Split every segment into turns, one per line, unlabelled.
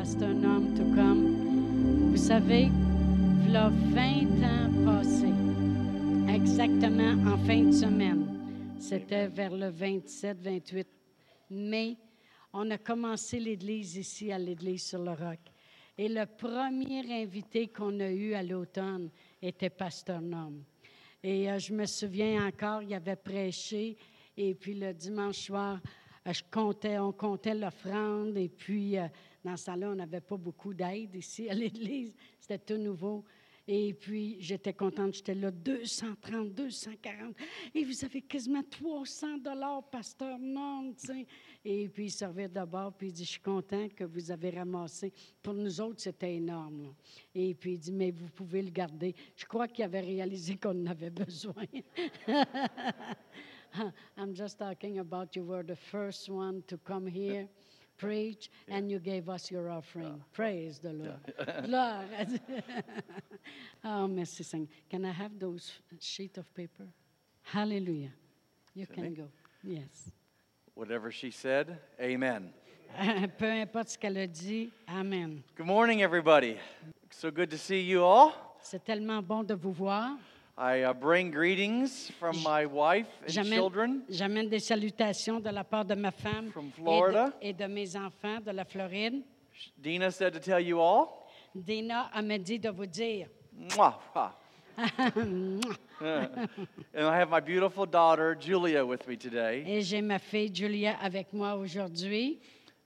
à cet homme tout comme, vous savez, v'là 20 ans passés, exactement en fin de semaine, c'était vers le 27, 28 mai, on a commencé l'Église ici à l'Église sur le Roc. Et le premier invité qu'on a eu à l'automne était Pasteur Nom. Et euh, je me souviens encore, il avait prêché. Et puis le dimanche soir, euh, je comptais, on comptait l'offrande. Et puis euh, dans ce salon, on n'avait pas beaucoup d'aide ici à l'église. C'était tout nouveau. Et puis, j'étais contente, j'étais là, 230, 240. Et vous avez quasiment 300 dollars, pasteur, non, tu sais. Et puis, il servait d'abord, puis il dit, je suis content que vous avez ramassé. Pour nous autres, c'était énorme. là. Et puis, il dit, mais vous pouvez le garder. Je crois qu'il avait réalisé qu'on en avait besoin. I'm just talking about you were the first one to come here, preach, and you gave us your offering. Praise the Lord. Gloire à Dieu. oh, merci Seigneur. Can I have those sheet of paper? Hallelujah. You
To
can
me?
go. Yes.
Whatever she said, amen.
Peu importe ce qu'elle a dit, Amen.
Good morning, everybody. So good to see you all.
C'est tellement bon de vous voir.
I uh, bring greetings from my wife and
J'amène
children.
j'amène des salutations de la part de ma femme
From
et de-
Florida.
et de mes enfants de la Floride.
Dina said to tell you all.
Dina elle m'a dit de vous dire.
Mwah, mwah. And I have my beautiful daughter, Julia, with me today.
Et j'ai ma fille Julia avec moi aujourd'hui.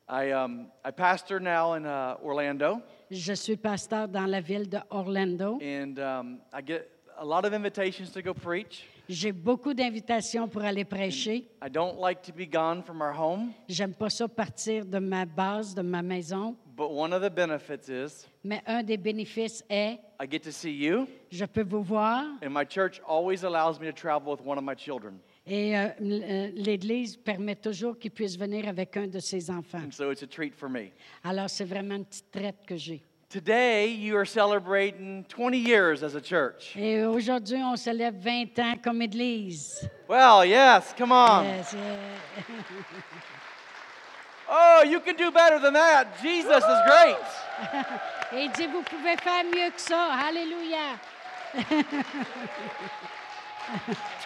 I, um, I pastor now in uh, Orlando,
Je suis pasteur dans la ville de Orlando.
and um, I get a lot of invitations to go preach.
J'ai beaucoup d'invitations pour aller prêcher.
I don't like to be gone from our home,
J'aime pas ça partir de ma base, de ma maison,
but one of the benefits is
mais un des bénéfices est
I get to see you,
je peux vous voir
and my church always allows me to travel with one of my children.
et euh, l- euh, l'Église permet toujours qu'il puisse venir avec un de ses enfants.
And so it's a treat for me.
Alors c'est vraiment une petite traite que j'ai.
Today, you are celebrating 20 years as a church.
Et aujourd'hui, on se lève 20 ans comme Église.
Well, yes, come on.
Euh, c'est-
Oh, you can do better than that. Jesus is great.
Et il dit, vous pouvez faire mieux que ça. Alléluia.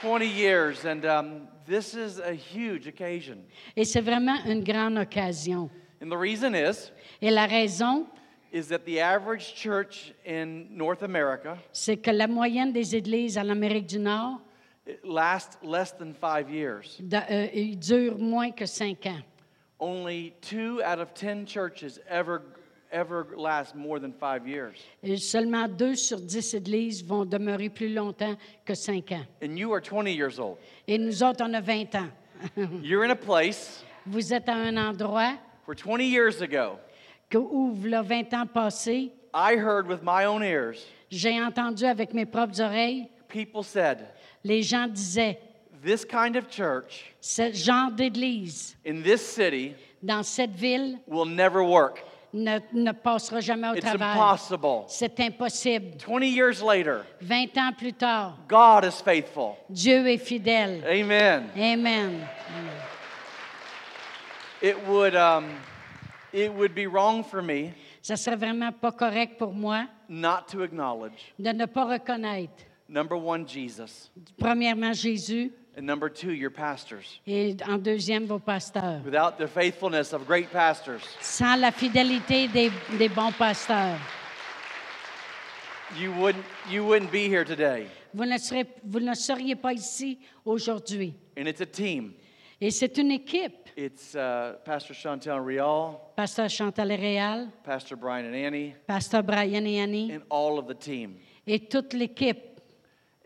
20 years, and um, this is a huge occasion.
Et c'est vraiment une grande occasion.
And the reason is,
Et la raison,
is that the average church in North America
c'est que la moyenne des églises en Amérique du Nord
it lasts less than five years.
de- euh, il dure moins que cinq ans.
Only two out of 10 churches ever, ever last more than five years.
Et seulement deux sur dix églises vont demeurer plus longtemps que cinq ans.
And you are 20 years old.
Et nous autres, on a 20 ans.
You're in a place
Vous êtes à un endroit
where 20 years ago,
que, où, là, 20 ans passés,
I heard with my own ears,
j'ai entendu avec mes propres oreilles,
people said,
les gens disaient,
this kind of church
ce genre d'église
in this city
dans cette ville
will never work.
ne, ne passera jamais au
It's
travail.
impossible.
C'est impossible.
20 years later,
20 ans plus tard,
God is faithful.
Dieu est fidèle.
Amen.
Amen.
It would, um, it would be wrong for me
Ça serait vraiment pas correct pour moi
not to acknowledge
de ne pas reconnaître,
number one, Jesus,
premièrement, Jésus
and number two, your pastors.
et en deuxième, vos pasteurs.
Without the faithfulness of great pastors,
Sans la fidélité des, des bons pasteurs,
you wouldn't, you wouldn't be here today.
vous ne, serez, vous ne seriez pas ici aujourd'hui.
And it's a team.
Et c'est une équipe,
It's uh, Pastor Chantel Rial,
pasteur Chantal Réal,
Pastor Brian and Annie,
pasteur Brian et Annie,
and all of the team.
et toute l'équipe.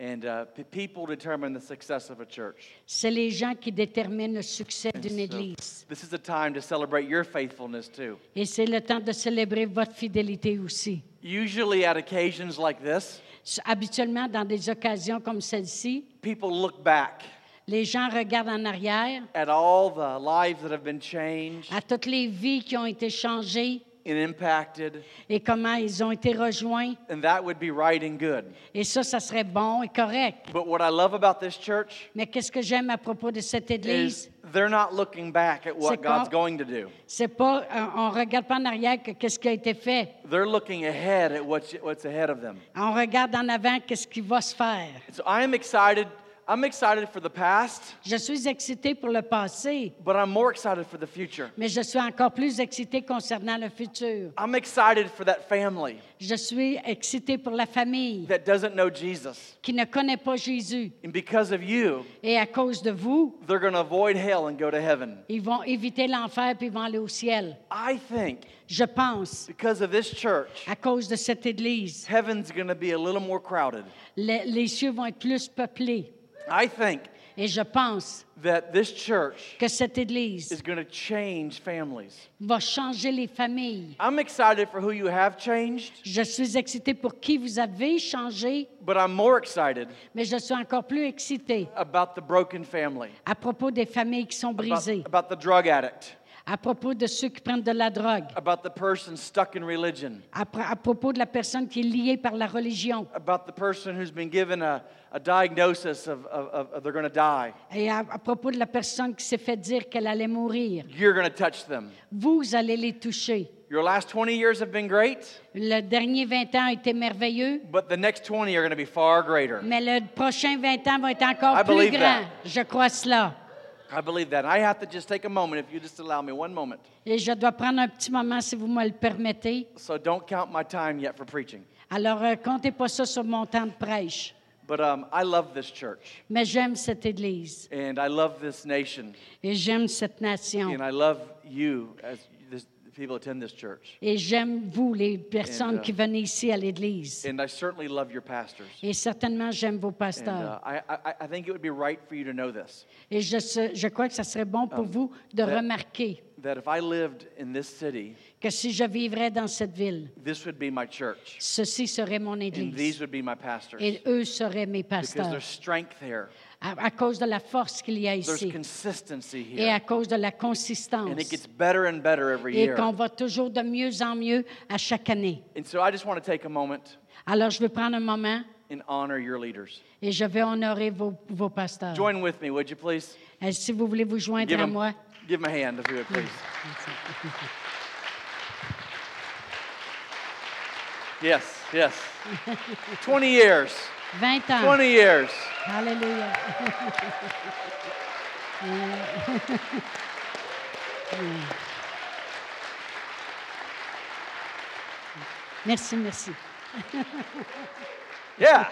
And uh, p- people determine the success of a church.
C'est les gens qui déterminent le succès d'une
So
église.
this is a time to celebrate your faithfulness too.
Et c'est le temps de célébrer votre fidélité aussi.
Usually, at occasions like this,
S- Habituellement, dans des occasions comme celle-ci,
people look back
les gens regardent en arrière
at all the lives that have been changed
à toutes les vies qui ont été changées
and impacted,
et comment ils ont été rejoints.
and that would be right and good.
Et ça, ça serait bon et correct.
But what I love about this church
Mais qu'est-ce que j'aime à propos de cette
is
église?
They're not looking back at
C'est
what
quoi?
God's going to do.
C'est pas, euh, on regarde pas en arrière que- qu'est-ce qui a été fait.
They're looking ahead at what's, what's ahead of them.
On regarde en avant qu'est-ce qui va se faire.
So I am excited. I'm excited for the past,
Je suis excitée pour le passé,
but I'm more excited for the future.
mais je suis encore plus excitée concernant le futur.
I'm excited for that family
Je suis excitée pour la famille
that doesn't know Jesus.
qui ne connaît pas Jésus.
And because of you,
Et à cause de vous,
they're going to avoid hell and go to heaven.
ils vont éviter l'enfer puis ils vont aller au ciel.
I think
Je pense,
because of this church,
à cause de cette Église,
heaven's going to be a little more crowded.
les, les cieux vont être plus peuplés.
I think
Et je pense
that this church
que cette
is
Église
going to change families.
va changer les familles.
I'm excited for who you have changed,
Je suis excitée pour qui vous avez changé,
but I'm more excited
mais je suis encore plus excitée
about the broken family,
à propos des familles qui sont
about,
brisées,
about the drug addict,
à propos de ceux qui prennent de la drogue,
about the person stuck in religion,
à, pro- à propos de la personne qui est liée par la religion
about the person who's been given a, a diagnosis of, of, of- of they're going to die.
et à, à propos de la personne qui s'est fait dire qu'elle allait mourir.
You're going to touch them.
Vous allez les toucher.
Your last 20 years have been great,
Le dernier 20 ans a été merveilleux,
but the next 20 are going to be far greater.
mais le prochain 20 ans va être
I
encore plus
believe
grand.
that.
Je crois cela.
I believe that. And I have to just take a moment, if you just allow me one moment.
Et je dois prendre un petit moment si vous me le permettez.
So don't count my time yet for preaching.
Alors, euh, comptez pas ça sur mon temps de prêche.
But um, I love this church,
Mais j'aime cette Église
and I love this nation,
et j'aime cette nation
and I love you as this, the people attend this church.
et j'aime vous, les personnes
And, uh,
qui venez ici à l'Église.
And I certainly love your pastors.
Et certainement, j'aime vos
And
pasteurs.
uh, I, I, I think it would be right for you to know this
et je, se- je crois que ça serait bon pour vous de
that-
remarquer
that if I lived in this city,
que si je vivrais dans cette ville,
this would be my church,
ceci serait mon
and these
Église
would be my pastors.
et eux seraient mes
Because
pasteurs
there's strength here,
à, à cause de la force qu'il y a
there's
ici
consistency
et
here,
à cause de la
and it
consistance
gets better and better every
et
year.
qu'on va toujours de mieux en mieux à chaque année.
And so I just want to take a moment
Alors, je vais prendre un moment
and honor your leaders.
et je vais honorer vos, vos pasteurs.
Join with me, would you please?
Euh, si vous voulez vous joindre
Give
à
him,
moi.
give him a hand if you would, please. Yes, yes. 20 years.
20 ans.
20 years.
Alléluia. merci, merci.
Yeah.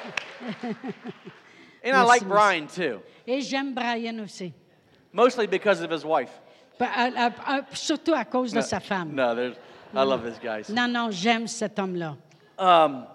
And I
Yes,
like
yes.
Brian too,
Et j'aime Brian aussi.
mostly because of his wife.
Pa- à- à- à- surtout à cause de sa femme.
No, there's, I love this guy.
Non, non, j'aime cet homme-là.
Um,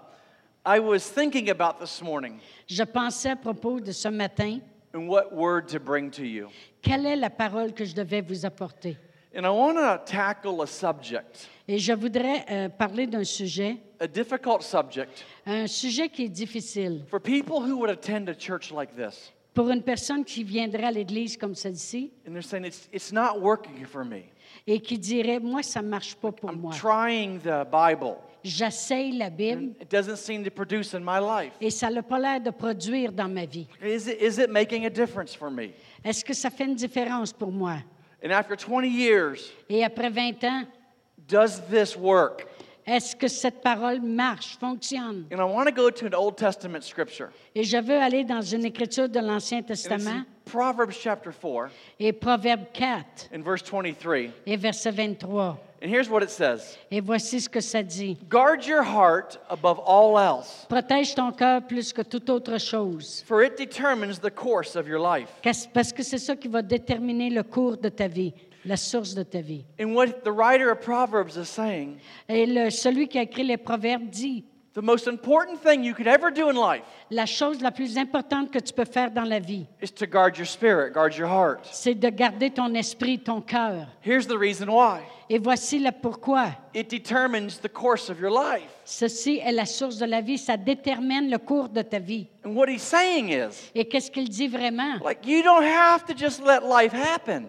I was thinking about this morning
Je pensais à propos de ce matin,
and what word to bring to you.
quelle est la parole que je devais vous apporter?
And I want to tackle a subject,
Et je voudrais euh, parler d'un sujet,
a difficult subject
un sujet qui est difficile.
for people who would attend a church like this.
Pour une personne qui viendrait à l'Église comme celle-ci
And they're saying, it's, it's not working for me.
et qui dirait, moi, ça ne marche pas pour
I'm
moi.
trying the Bible.
J'essaye la Bible
It doesn't seem to produce in my life.
et ça n'a pas l'air de produire dans ma vie.
Is it, is it making a difference for me?
Est-ce que ça fait une différence pour moi?
And after 20 years,
Et après 20 ans,
does this work?
est-ce que cette parole marche, fonctionne?
And I want to go to an Old Testament scripture.
Et je veux aller dans une écriture de l'Ancien
And it's
Testament
in Proverbs chapter 4
et Proverbe 4
and verse 23.
et verset 23.
And here's what it says
Et voici ce que ça dit.
Guard your heart above all else,
Protège ton cœur plus que toute autre chose,
for it determines the course of your life.
Qu'est-ce- parce que c'est ça qui va déterminer le cours de ta vie, la source de ta vie.
And what the writer of Proverbs is saying
Et le- celui qui a écrit les proverbes dit,
the most important thing you could ever do in life
la chose la plus importante que tu peux faire dans la vie,
is to guard your spirit, guard your heart.
c'est de garder ton esprit, ton cœur.
Here's the reason why
Et voici le pourquoi.
it determines the course of your life.
Ceci est la source de la vie, ça détermine le cours de ta vie.
And what he's saying is
Et qu'est-ce qu'il dit vraiment?
like, you don't have to just let life happen.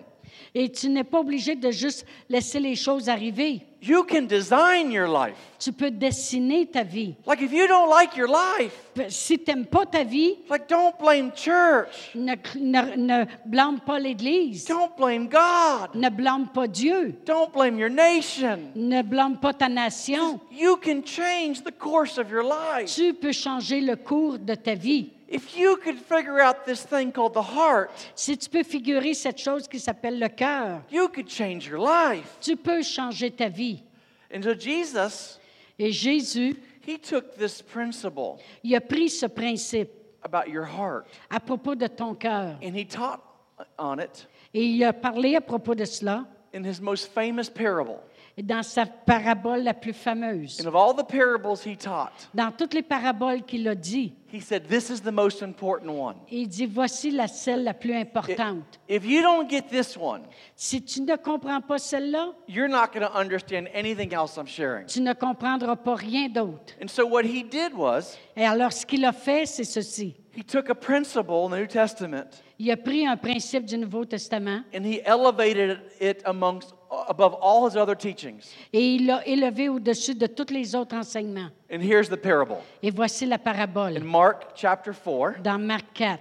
Et tu n'es pas obligé de juste laisser les choses arriver.
You can design your life.
Tu peux dessiner ta vie.
Like if you don't like your life,
P- Si tu n'aimes pas ta vie,
like don't blame church.
ne, cr- ne- ne blâme pas l'Église.
Don't blame God.
Ne blâme pas Dieu.
Don't blame your nation.
Ne blâme pas ta nation.
You can change the course of your life.
Tu peux changer le cours de ta vie.
If you could figure out this thing called the heart,
Si tu peux figurer cette chose qui s'appelle le cœur,
you could change your life.
tu peux changer ta vie.
And so Jesus,
Et Jésus,
he took this principle
il a pris ce principe
about your heart
à propos de ton cœur
and he taught on it
et il a parlé à propos de cela
in his most famous parable.
dans sa parabole la plus fameuse.
And of all the parables he taught,
Dans toutes les paraboles qu'il a dit,
he said, This is the most important one.
il dit voici la celle la plus
I-
importante.
If you don't get this one,
Si tu ne comprends pas celle-là,
you're not going to understand anything else I'm sharing.
tu ne comprendras pas rien d'autre.
And so, what he did was,
Et alors, ce qu'il a fait, c'est ceci.
he took a principle in the New Testament
Il a pris un principe du Nouveau Testament
and he elevated it amongst, above all his other teachings.
et il l'a élevé au-dessus de tous les autres enseignements.
And here's the parable
Et voici la
in
parabole
Mark chapter 4,
dans Marc 4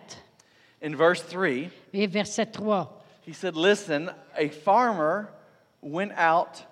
in verse 3.
et verset 3.
He said, Listen, a farmer went out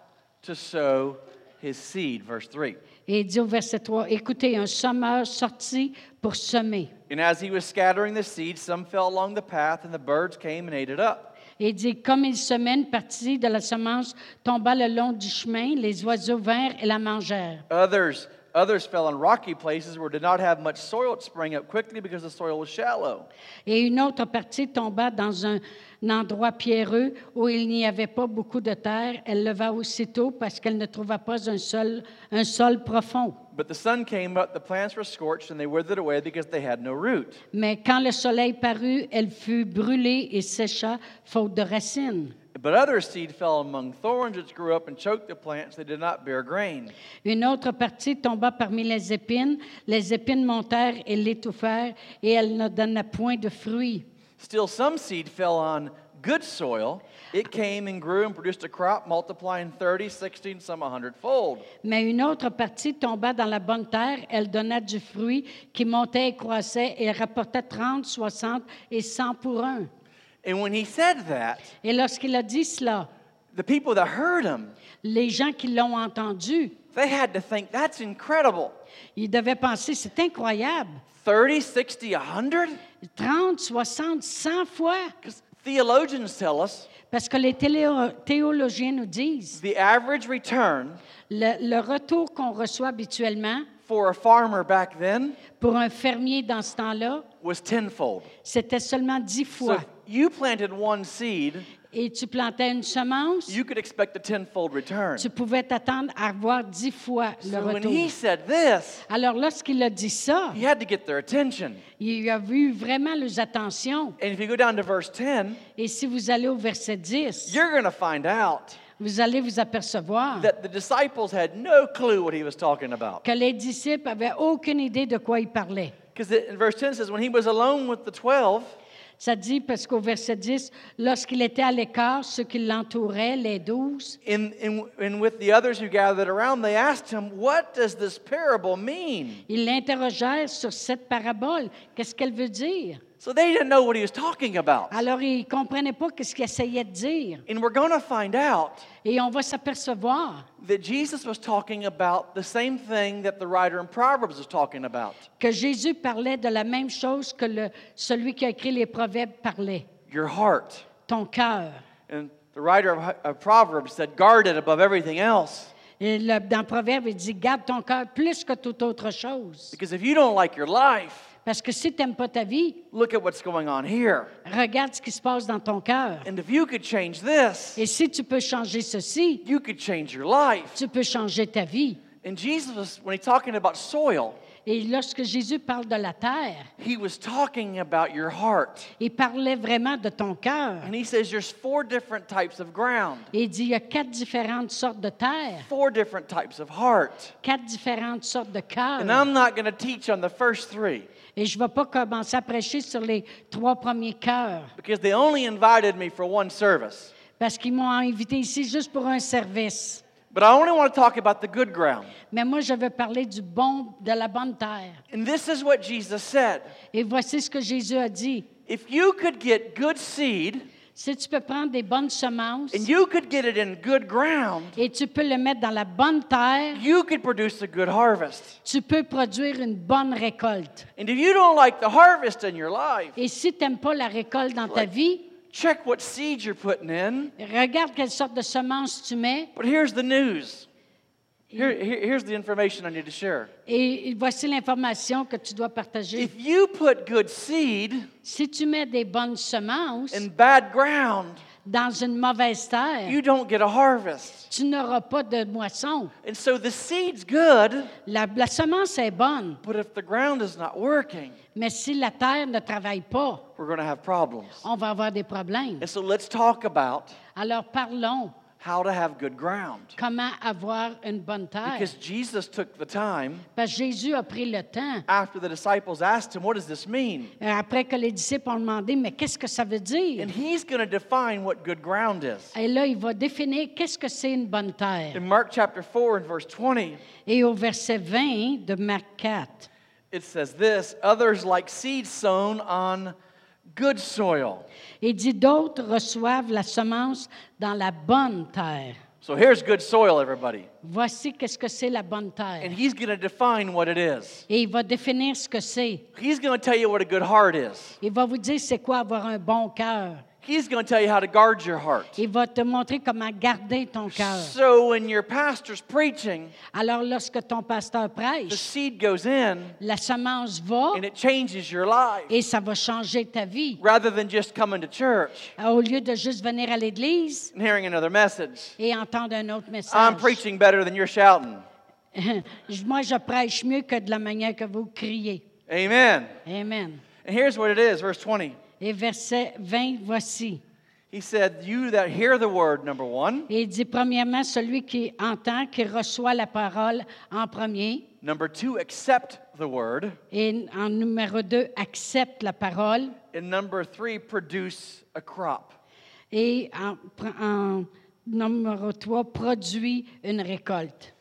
to sow his seed, verse 3.
Et il dit au verset 3, écoutez, un sommeur sortit pour semer.
And as he was scattering the seed, some fell along the path, and the birds came and ate it up.
Et il dit, comme il semait, une partie de la semence tomba le long du chemin, les oiseaux vinrent et la mangèrent.
Others, others fell on rocky places where did not have much soil. It sprang up quickly because the soil was shallow.
Et une autre partie tomba dans un, un endroit pierreux où il n'y avait pas beaucoup de terre. Elle leva aussitôt parce qu'elle ne trouva pas un sol, un sol profond.
But the sun came up, the plants were scorched, and they withered away because they had no root.
Mais quand le soleil parut, elle fut brûlée et sécha, faute de racines.
But other seed fell among thorns, which grew up and choked the plants. They did not bear grain.
Une autre partie tomba parmi les épines. Les épines montèrent et l'étouffèrent, et elle ne donna point de fruits.
Still, some seed fell on good soil. It came and grew and produced a crop, multiplying 30, 60, and some a hundredfold.
Mais une autre partie tomba dans la bonne terre. Elle donna du fruit qui montait et croissait et rapporta 30, 60 et 100 pour un.
And when he said that,
Et lorsqu'il a dit cela,
the people that heard him,
les gens qui l'ont entendu,
they had to think, that's incredible.
ils devaient penser, c'est incroyable.
30, 60, 100?
30, 60, 100 fois.
Because theologians tell us
Parce que les télé- théologiens nous disent,
the average return
le, le retour qu'on reçoit habituellement
for a farmer back then
pour un fermier dans ce temps-là,
was tenfold.
c'était seulement 10
So
fois.
if you planted one seed,
Et tu plantais une semence,
you could expect a tenfold return.
tu pouvais t'attendre à avoir 10 fois le
So when
retour.
he said this,
Alors lorsqu'il a dit ça,
he had to get their attention.
il a vu vraiment leurs attentions.
And if you go down to verse 10,
Et si vous allez au verset 10,
you're going to find out
vous allez vous apercevoir
that the disciples had no clue what he was talking about.
que les disciples avaient aucune idée de quoi il parlait.
Because in verse 10 says, when he was alone with the 12,
Ça dit, parce qu'au verset 10, lorsqu'il était à l'écart, ceux qui l'entouraient, les douze,
in, in, and with the others who gathered around, they asked him, What does this parable mean?
ils l'interrogèrent sur cette parabole. Qu'est-ce qu'elle veut dire?
So they didn't know what he was talking about.
Alors, ils ne comprenaient pas ce qu'il essayait de dire.
And we're going to find out
Et on va s'apercevoir
that Jesus was talking about the same thing that the writer in Proverbs is talking about
que Jésus parlait de la même chose que le- celui qui a écrit les proverbes parlait,
your heart.
ton cœur.
And the writer of, of Proverbs said, Guard it above everything else.
Et le- dans Proverbe, il dit, garde ton cœur plus que toute autre chose.
Because if you don't like your life,
Parce que si tu n'aimes pas ta vie,
look at what's going on here.
regarde ce qui se passe dans ton cœur.
And if you could change this,
Et si tu peux changer ceci,
you could change your life.
tu peux changer ta vie.
And Jesus, was- when he's talking about soil,
Et lorsque Jésus parle de la terre,
he was talking about your heart.
il parlait vraiment de ton cœur.
And he says there's four different types of ground,
Et Il dit, il y a quatre différentes sortes de terre,
four different types of heart.
quatre différentes sortes de
And
cœur.
I'm not going to teach on the first three
Et je ne vais pas commencer à prêcher sur les trois premiers cœurs,
because they only invited me for one service.
parce qu'ils m'ont invité ici juste pour un service.
But I only want to talk about the good ground.
Mais moi, je veux parler du bon, de la bonne terre.
And this is what Jesus said
Et voici ce que Jésus a dit.
If you could get good seed
Si tu peux prendre des bonnes semences
and you could get it in good ground,
et tu peux le mettre dans la bonne terre,
you could produce a good harvest.
tu peux produire une bonne récolte.
And if you don't like the harvest in your life,
Et si tu n'aimes pas la récolte dans ta
Like-
vie,
check what seed you're putting in.
regarde quelle sorte de semences tu mets
But here's the news. Here, here- here's the information I need to share.
et voici l'information que tu dois partager.
If you put good seed
Si tu mets des bonnes semences
in bad ground,
dans une mauvaise terre,
you don't get a harvest.
tu n'auras pas de moisson.
And so the seed's good,
La, la semence est bonne,
but if the ground is not working,
mais si la terre ne travaille pas,
we're going to have problems.
on va avoir des problèmes.
And so let's talk about
Alors parlons
how to have good ground.
comment avoir une bonne terre.
Because Jesus took the time
Parce que Jésus a pris le temps.
after the disciples asked him, What does this mean?
euh, Après que les disciples ont demandé, mais qu'est-ce que ça veut dire?
And he's going to define what good ground is.
Et là, il va définir qu'est-ce que c'est une bonne terre.
In Mark chapter 4 and verse 20,
Et au verset 20 de Marc 4,
it says this Others like seeds sown on good soil.
il dit d'autres reçoivent la semence dans la bonne terre.
So here's good soil, everybody.
Voici qu'est-ce que c'est la bonne
And
terre.
he's going to define what it is.
Et il va définir ce que c'est.
He's going to tell you what a good heart is.
Il va vous dire c'est quoi avoir un bon cœur.
He's going to tell you how to guard your heart.
Il va te montrer comment garder ton cœur.
So when your pastor's preaching,
Alors lorsque ton pasteur
the
prêche,
seed goes in
la semence va
and it changes your life.
et ça va changer ta vie.
Rather than just coming to church
Au lieu de juste venir à l'église
and hearing another message,
et entendre un autre message.
I'm preaching better than you're shouting.
Moi, je prêche mieux que de la manière que vous criez.
Amen.
Amen.
And here's what it is, verse 20.
Et verset 20, voici.
He said, You that hear the word, number one.
Et il dit, premièrement, celui qui entend, qui reçoit la parole en premier.
Number two, accept the word.
Et en numéro 2, accepte la parole.
And number three, produce a crop.
Et en, en numéro 3, produit une récolte.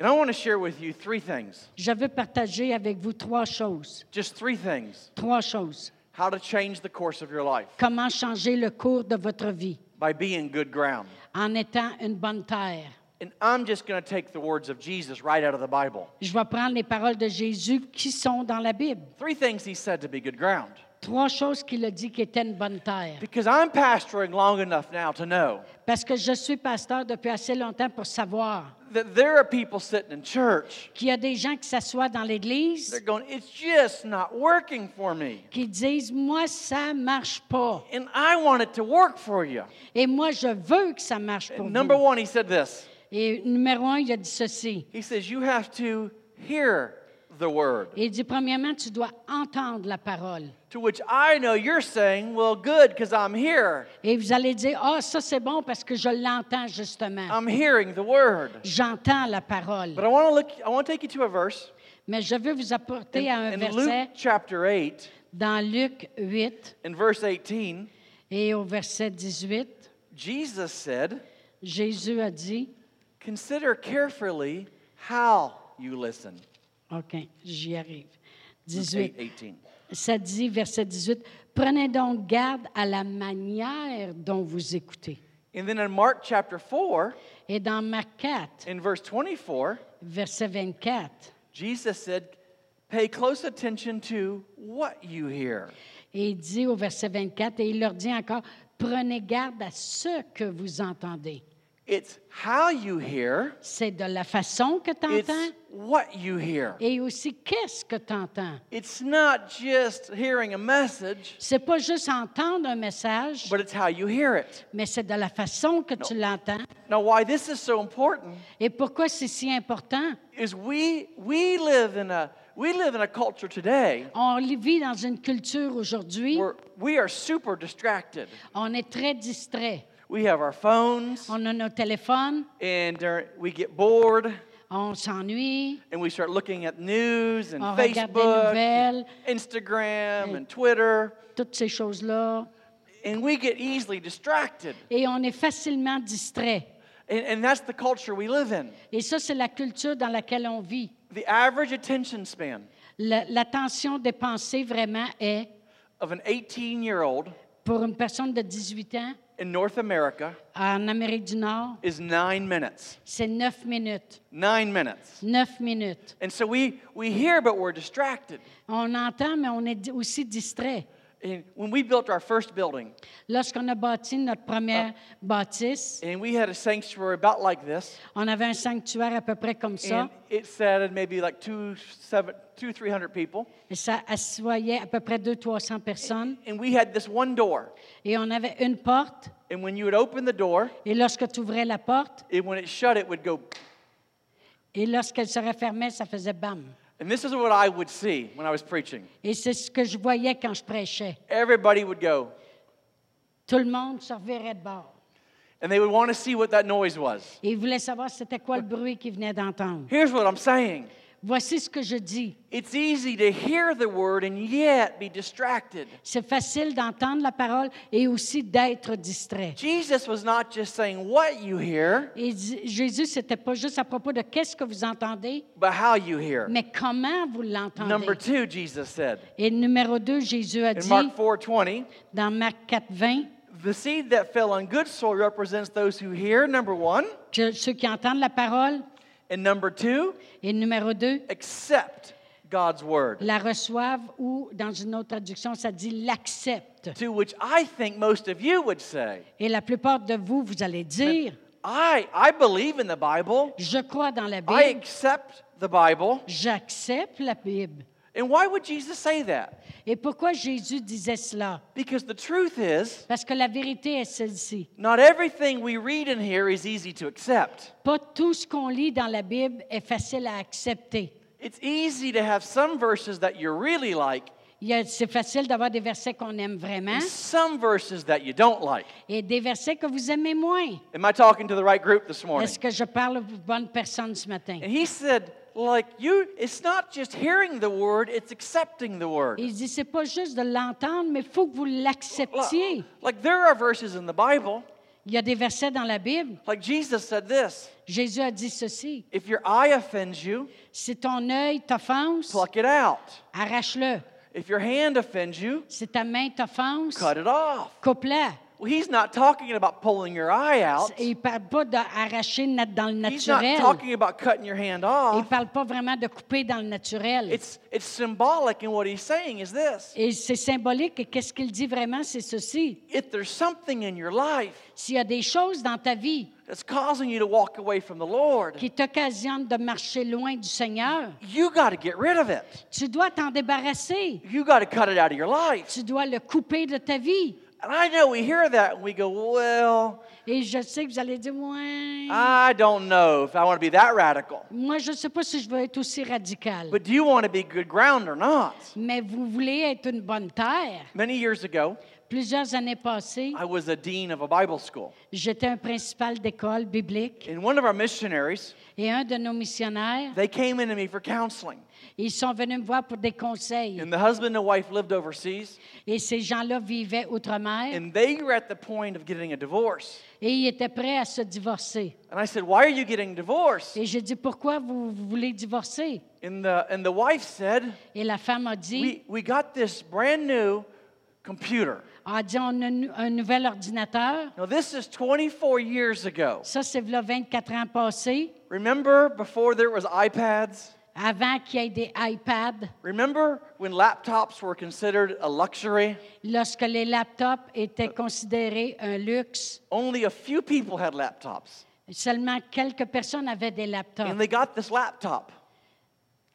And I want to share with you three things.
Je veux partager avec vous trois choses.
Just three things.
Trois choses.
How to change the course of your life
Comment changer le cours de votre vie
by being good ground.
en étant une bonne terre.
And I'm just going to take the words of Jesus right out of the Bible.
Je vais prendre les paroles de Jésus qui sont dans la Bible.
Three things he said to be good ground.
Trois choses qu'il a dit qui étaient une bonne terre.
Because I'm pastoring long enough now to know
Parce que je suis pasteur depuis assez longtemps pour savoir
that there are people sitting in church.
qu'il y a des gens qui s'assoient dans
They're
l'Église
going, it's just not working for me.
qui disent, moi, ça marche pas.
And I want it to work for you.
Et moi, je veux que ça marche pour
And number
vous.
one, he said this.
Et numéro un, il a dit ceci.
He says, You have to hear the word.
Il dit, premièrement, tu dois entendre la parole.
To which I know you're saying, Well, good, because I'm here.
Et vous allez dire, ah, ça c'est bon parce que je l'entends justement.
I'm hearing the word.
J'entends la parole.
But I want to look, I want to take you to a verse.
Mais je veux vous apporter à un eh.
In, in Luke
verset
chapter 8,
dans Luc 8
in verse 18,
et au verset 18.
Jesus said,
Jésus a dit,
Consider carefully how you listen.
OK, j'y arrive.
Luke
18.
8, 18.
Ça dit, verset 18, Prenez donc garde à la manière dont vous écoutez.
And then in Mark chapter 4,
Et dans Marc 4,
in verse 24,
verset 24,
Jesus said, Pay close attention to what you hear.
et il dit au verset 24, et il leur dit encore, Prenez garde à ce que vous entendez.
It's how you hear,
C'est de la façon que tu
it's
entends
what you hear.
et aussi qu'est-ce que tu entends.
It's not just hearing a message,
C'est pas juste entendre un message,
but it's how you hear it.
mais c'est de la façon que tu l'entends.
Now, why this is so important
Et pourquoi c'est si important?
is we, we, live in a, we live in a culture today
On vit dans une culture aujourd'hui,
where we are super distracted.
on est très distrait.
We have our phones,
On a nos téléphones,
and there- we get bored,
on s'ennuie,
and we start looking at news and
On regarde des
Facebook,
nouvelles.
Instagram, and Twitter.
toutes ces choses-là.
and we get easily distracted.
et on est facilement distrait.
And, and that's the culture we live in.
Et ça, c'est la culture dans laquelle on vit.
The average attention span
Le- L'attention dépensée vraiment est,
of an 18 year old
pour une personne de 18 ans
in North America
en Amérique du Nord,
is nine minutes.
c'est 9 minutes.
Nine minutes.
9 minutes.
And so we, we hear, but we're distracted.
On entend, mais on est di- aussi distrait.
And when we built our first building,
Lorsqu'on a bâti notre première bâtisse,
and we had a sanctuary about like this,
on avait un sanctuaire à peu près comme ça.
and it sat at maybe like two, seven, two, three hundred people,
Et ça assoyait à peu près 200-300 personnes.
and we had this one door.
Et on avait une porte.
And when you would open the door,
Et lorsque tu ouvrais la porte,
and when it shut, it would go.
et lorsqu'elle se refermait, ça faisait bam.
And this is what I would see when I was preaching.
Et c'est ce que je voyais quand je prêchais.
Everybody would go,
Tout le monde se reverrait de bord.
and they would want to see what that noise was.
Et ils voulaient savoir c'était quoi le bruit qu'ils venaient d'entendre.
Here's what I'm saying
Voici ce que je dis.
it's easy to hear the word and yet be distracted.
C'est facile d'entendre la parole et aussi d'être distrait.
Jesus was not just saying what you hear,
Et J- Jésus, c'était pas juste à propos de qu'est-ce que vous entendez,
but how you hear.
mais comment vous
Number
l'entendez.
two, Jesus said
Et numéro deux, Jésus a
in
dit
Mark 4:20,
dans Marc 4, 20,
the seed that fell on good soil represents those who hear, number one,
que ceux qui entendent la parole,
and number two,
et numéro deux,
accept God's word.
la reçoivent ou, dans une autre traduction, ça dit l'acceptent.
To which I think most of you would say,
Et la plupart de vous, vous allez dire,
I, I believe in the Bible.
je crois dans la
I
Bible,
accept the Bible.
j'accepte la Bible.
And why would Jesus say that?
Et pourquoi Jésus disait cela?
Because the truth is,
Parce que la vérité est celle-ci.
not everything we read in here is easy to accept.
Pas tout ce qu'on lit dans la Bible est facile à accepter.
It's easy to have some verses that you really like
Il y a- C'est facile d'avoir des versets qu'on aime vraiment
and some verses that you don't like.
et des versets que vous aimez moins.
Am I talking to the right group this morning?
Est-ce que je parle aux bonnes personnes ce matin?
And he said, like you, it's not just hearing the word, it's accepting the word.
Il dit, c'est pas juste de l'entendre, mais il faut que vous l'acceptiez.
Like, like there are verses in the Bible,
Il y a des versets dans la Bible.
like Jesus said this
Jésus a dit ceci.
if your eye offends you,
Si ton œil t'offense,
pluck it out.
arrache-le.
If your hand offends you,
Si ta main t'offense,
cut it off.
coupe-la.
Well, he's not talking about pulling your eye out.
Il ne parle pas d'arracher na- dans le
He's not
naturel.
talking about cutting your hand
Il ne
off.
parle pas vraiment de couper dans le naturel.
It's, it's symbolic, and what he's saying is this
Et c'est symbolique. Et qu'est-ce qu'il dit vraiment? C'est ceci.
if there's something in your life
S'il y a des choses dans ta vie
that's causing you to walk away from the Lord,
qui t'occasionnent de marcher loin du Seigneur,
you got to get rid of it.
tu dois t'en débarrasser.
You got to cut it out of your life.
Tu dois le couper de ta vie.
And I know we hear that and we go, well,
Et je sais que vous allez dire, ouais.
I don't know if I want to be that radical.
Moi, je ne sais pas si je veux être aussi radical.
But do you want to be good ground or not?
Mais vous voulez être une bonne terre.
Many years ago,
Plusieurs années passées,
I was a dean of a Bible school.
j'étais un principal d'école biblique
And one of our missionaries,
et un de nos missionnaires,
they came into me for counseling.
ils sont venus me voir pour des conseils.
And the husband and wife lived overseas,
Et ces gens-là vivaient outre-mer
and they were at the point of getting a divorce.
et ils étaient prêts à se divorcer.
And I said, Why are you getting divorced?
Et j'ai dit, pourquoi vous, vous voulez divorcer?
And the, and the wife said,
Et la femme a dit,
we, we got this brand new computer.
a dit on a un, un nouvel ordinateur.
Now, this is 24 years ago.
Ça, c'est là 24 ans passés,
Remember before there was iPads?
avant qu'il y ait des iPads,
Remember when laptops were considered a luxury?
lorsque les laptops étaient considérés un luxe.
Only a few people had laptops.
Seulement quelques personnes avaient des
And
laptops
they got this laptop.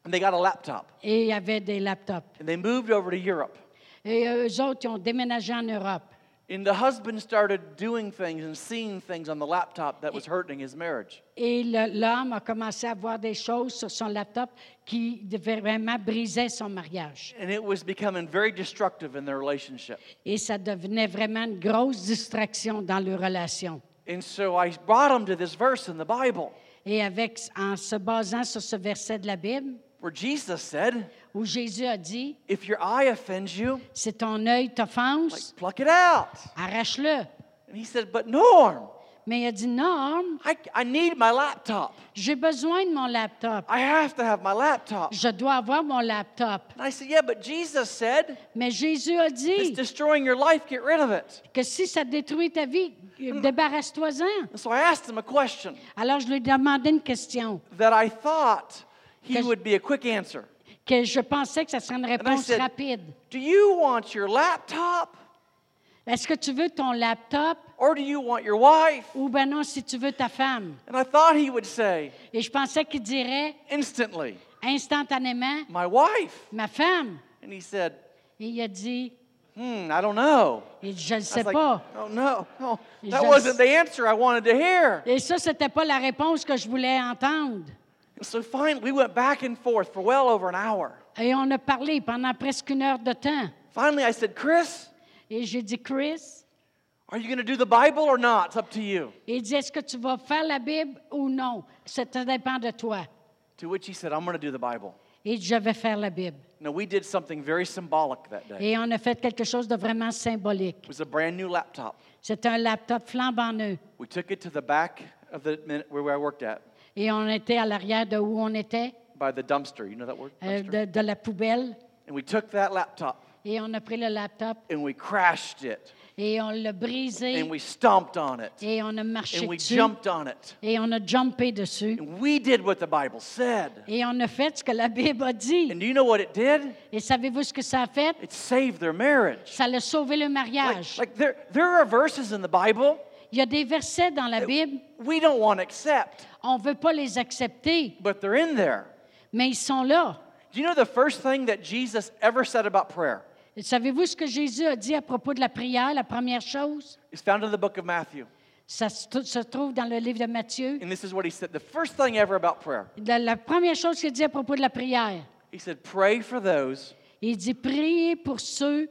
And they got a laptop.
et avaient des laptops.
And they moved over to Europe.
Et eux autres, ils ont déménagé en Europe.
And the husband started doing things and seeing things on the laptop that was hurting his marriage.
Et le- l'homme a commencé à voir des choses sur son laptop qui devaient vraiment brisaient son mariage.
And it was becoming very destructive in their relationship.
Et ça devenait vraiment une grosse distraction dans leur relation.
And so I brought him to this verse in the Bible
Et avec, en se basant sur ce verset de la Bible,
where Jesus said,
où Jésus a dit,
If your eye offends you,
si ton œil
like
t'offense,
pluck it out.
arrache-le.
And he said, But Norm,
Mais il a dit, non,
I, I need my laptop.
j'ai besoin de mon laptop.
I have to have my laptop.
Je dois avoir mon laptop.
And I said, Yeah, but Jesus said
Mais Jésus a
it's
dit
destroying your life, get rid of it.
que si ça détruit ta vie, euh, débarrasse-toi-en.
And so I asked him a question
Alors je lui ai demandé une question
that I thought he
Cause-
would be a quick answer.
que je pensais que ça serait une réponse
said-
rapide.
Do you want your laptop
Est-ce que tu veux ton laptop
or do you want your wife?
ou ben non si tu veux ta femme?
And I thought he would say
Et je pensais qu'il dirait
instantly,
instantanément
My wife.
ma femme.
And he said,
Et il a dit,
Hmm, I don't know.
il dit, je ne
I
sais
was like,
pas.
oh no, no,
He's
that
just-
wasn't the answer I wanted to hear.
Et ça, c'était pas la réponse que je voulais entendre.
And so finally, we went back and forth for well over an hour.
Et on a parlé pendant presque une heure de temps.
Finally, I said, Chris,
Et j'ai dit, Chris,
are you going to do the Bible or not? It's up to you.
il dit, est-ce que tu vas faire la Bible ou non? Ça te dépend de toi.
To which he said, I'm going to do the Bible.
Et je vais faire la Bible.
Now, we did something very symbolic that day.
Et on a fait quelque chose de vraiment symbolique.
It was a brand new laptop.
C'était un laptop flambant neuf.
We took it to the back of the min- where I worked at
Et on était à l'arrière de où on était,
by the dumpster. You know that word?
euh,
Dumpster?
de, de la poubelle.
And we took that laptop
Et on a pris le laptop
and we crashed it
et on l'a brisé.
and we stomped on it
et on a marché
and we
dessus.
jumped on it.
Et on a jumpé dessus.
And we did what the Bible said.
Et on a fait ce que la Bible a dit.
And do you know what it did?
Et savez-vous ce que ça a fait?
It saved their marriage.
Ça l'a sauvé le
Like,
mariage.
like there, there are verses in the Bible
Il y a des versets dans la Bible,
we don't want to accept,
on ne veut pas les accepter,
but they're in there.
mais ils sont là.
Do you know the first thing that Jesus ever said about prayer?
Et Savez-vous ce que Jésus a dit à propos de la prière, la première chose?
It's found in the book of Matthew.
Ça se trou- se trouve dans le livre de Matthieu.
And this is what he said. The first thing ever about prayer.
La, la première chose qu'il dit à propos de la prière,
He said, Pray for those
il dit Priez pour ceux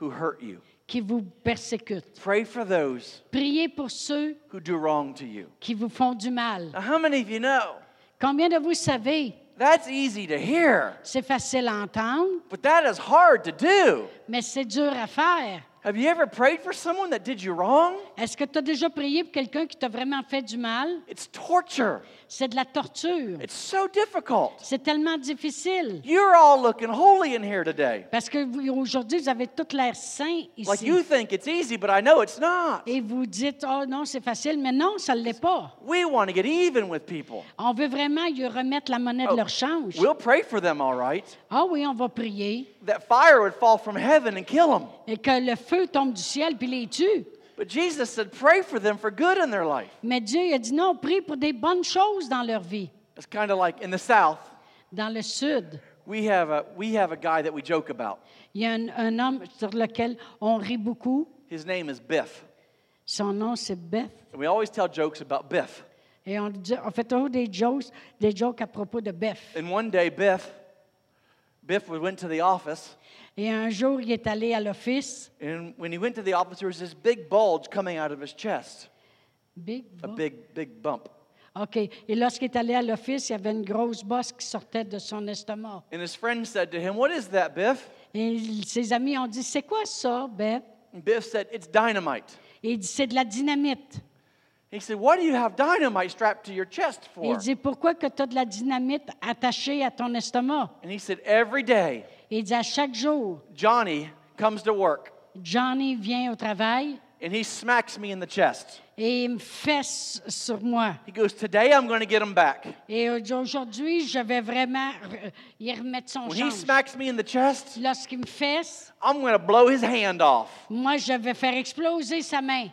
who hurt you.
qui vous persécutent.
Pray for those
Priez pour ceux
who do wrong to you.
qui vous font du mal.
Now, how many of you know
Combien de vous savez?
that's easy to hear,
C'est facile à entendre,
but that is hard to do?
mais c'est dur à faire.
Have you ever prayed for someone that did you wrong?
Est-ce que tu as déjà prié pour quelqu'un qui t'a vraiment fait du mal?
It's torture.
C'est de la torture.
It's so difficult.
C'est tellement difficile.
You're all looking holy in here today.
Parce que vous- aujourd'hui, vous avez tout l'air sain
Like
ici.
you think it's easy, but I know it's not.
Et vous dites, oh non, c'est facile, mais non, ça ne l'est pas.
We want to get even with people.
On veut vraiment lui remettre la monnaie de leur change.
We'll pray for them, all right.
Ah oui, on va prier.
That fire would fall from heaven and kill them.
Et que le feu tombe du ciel puis les tue.
But Jesus said, pray for them for good in their life.
Mais Dieu il a dit non, prie pour des bonnes choses dans leur vie.
It's kind of like in the South,
Dans le sud,
we have, a, we have a guy that we joke about.
il y a un, un homme sur lequel on rit beaucoup.
His name is Biff.
Son nom, c'est Beth.
And we always tell jokes about Biff.
Et on, dit- on fait toujours des jokes, des jokes à propos de Beth.
And one day, Biff, Biff went to the office.
Et un jour, il est allé à l'office.
And when he went to the office, there was this big bulge coming out of his chest,
Big
a
boss.
big, big bump.
OK. Et lorsqu'il est allé à l'office, il y avait une grosse bosse qui sortait de son estomac.
And his friend said to him, What is that, Biff?
Et il- ses amis ont dit C'est quoi ça, Beth
And Biff said, It's dynamite.
Et il dit C'est de la dynamite.
He said, Why do you have dynamite strapped to your chest
Et il
for?
dit Pourquoi que tu as de la dynamite attachée à ton estomac
And he said, Every day,
Et il dit À chaque jour,
Johnny comes to work
Johnny vient au travail
and he smacks me in the chest.
et il me fesse sur moi.
He goes, Today I'm going to get him back.
Et aujourd'hui, je vais vraiment re- y remettre son
When he
change.
smacks me in the chest,
Lorsqu'il me fesse,
I'm going to blow his hand off.
moi, je vais faire exploser sa main.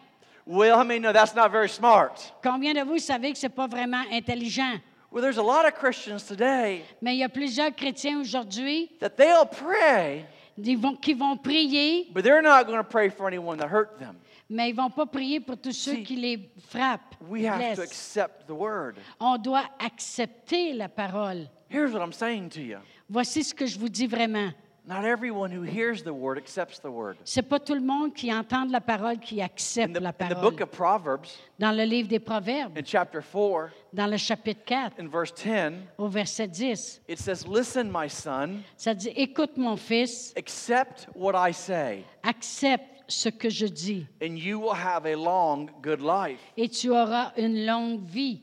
Well, I mean, no, that's not very smart.
Combien de vous savez que c'est pas vraiment intelligent?
Well, there's a lot of Christians today
Mais il y a plusieurs chrétiens aujourd'hui
that they'll pray,
ils vont- qui vont prier,
but they're not going to pray for anyone that hurt them.
mais ils vont pas prier pour tous ceux
See,
qui les frappent.
We have to
blessent.
accept the word.
On doit accepter la parole.
Here's what I'm saying to you
Voici ce que je vous dis vraiment.
Not everyone who hears the word accepts the word.
C'est pas tout le monde qui entend la parole qui
In
accepte
the,
la
in the book
parole.
of Proverbs,
Dans le livre des Proverbes,
in chapter 4,
dans le chapitre 4,
in verse 10,
au verset 10,
it says, Listen, my son,
ça dit Écoute, mon fils,
accept what I say,
accepte ce que je dis,
and you will have a long, good life.
et tu auras une longue vie.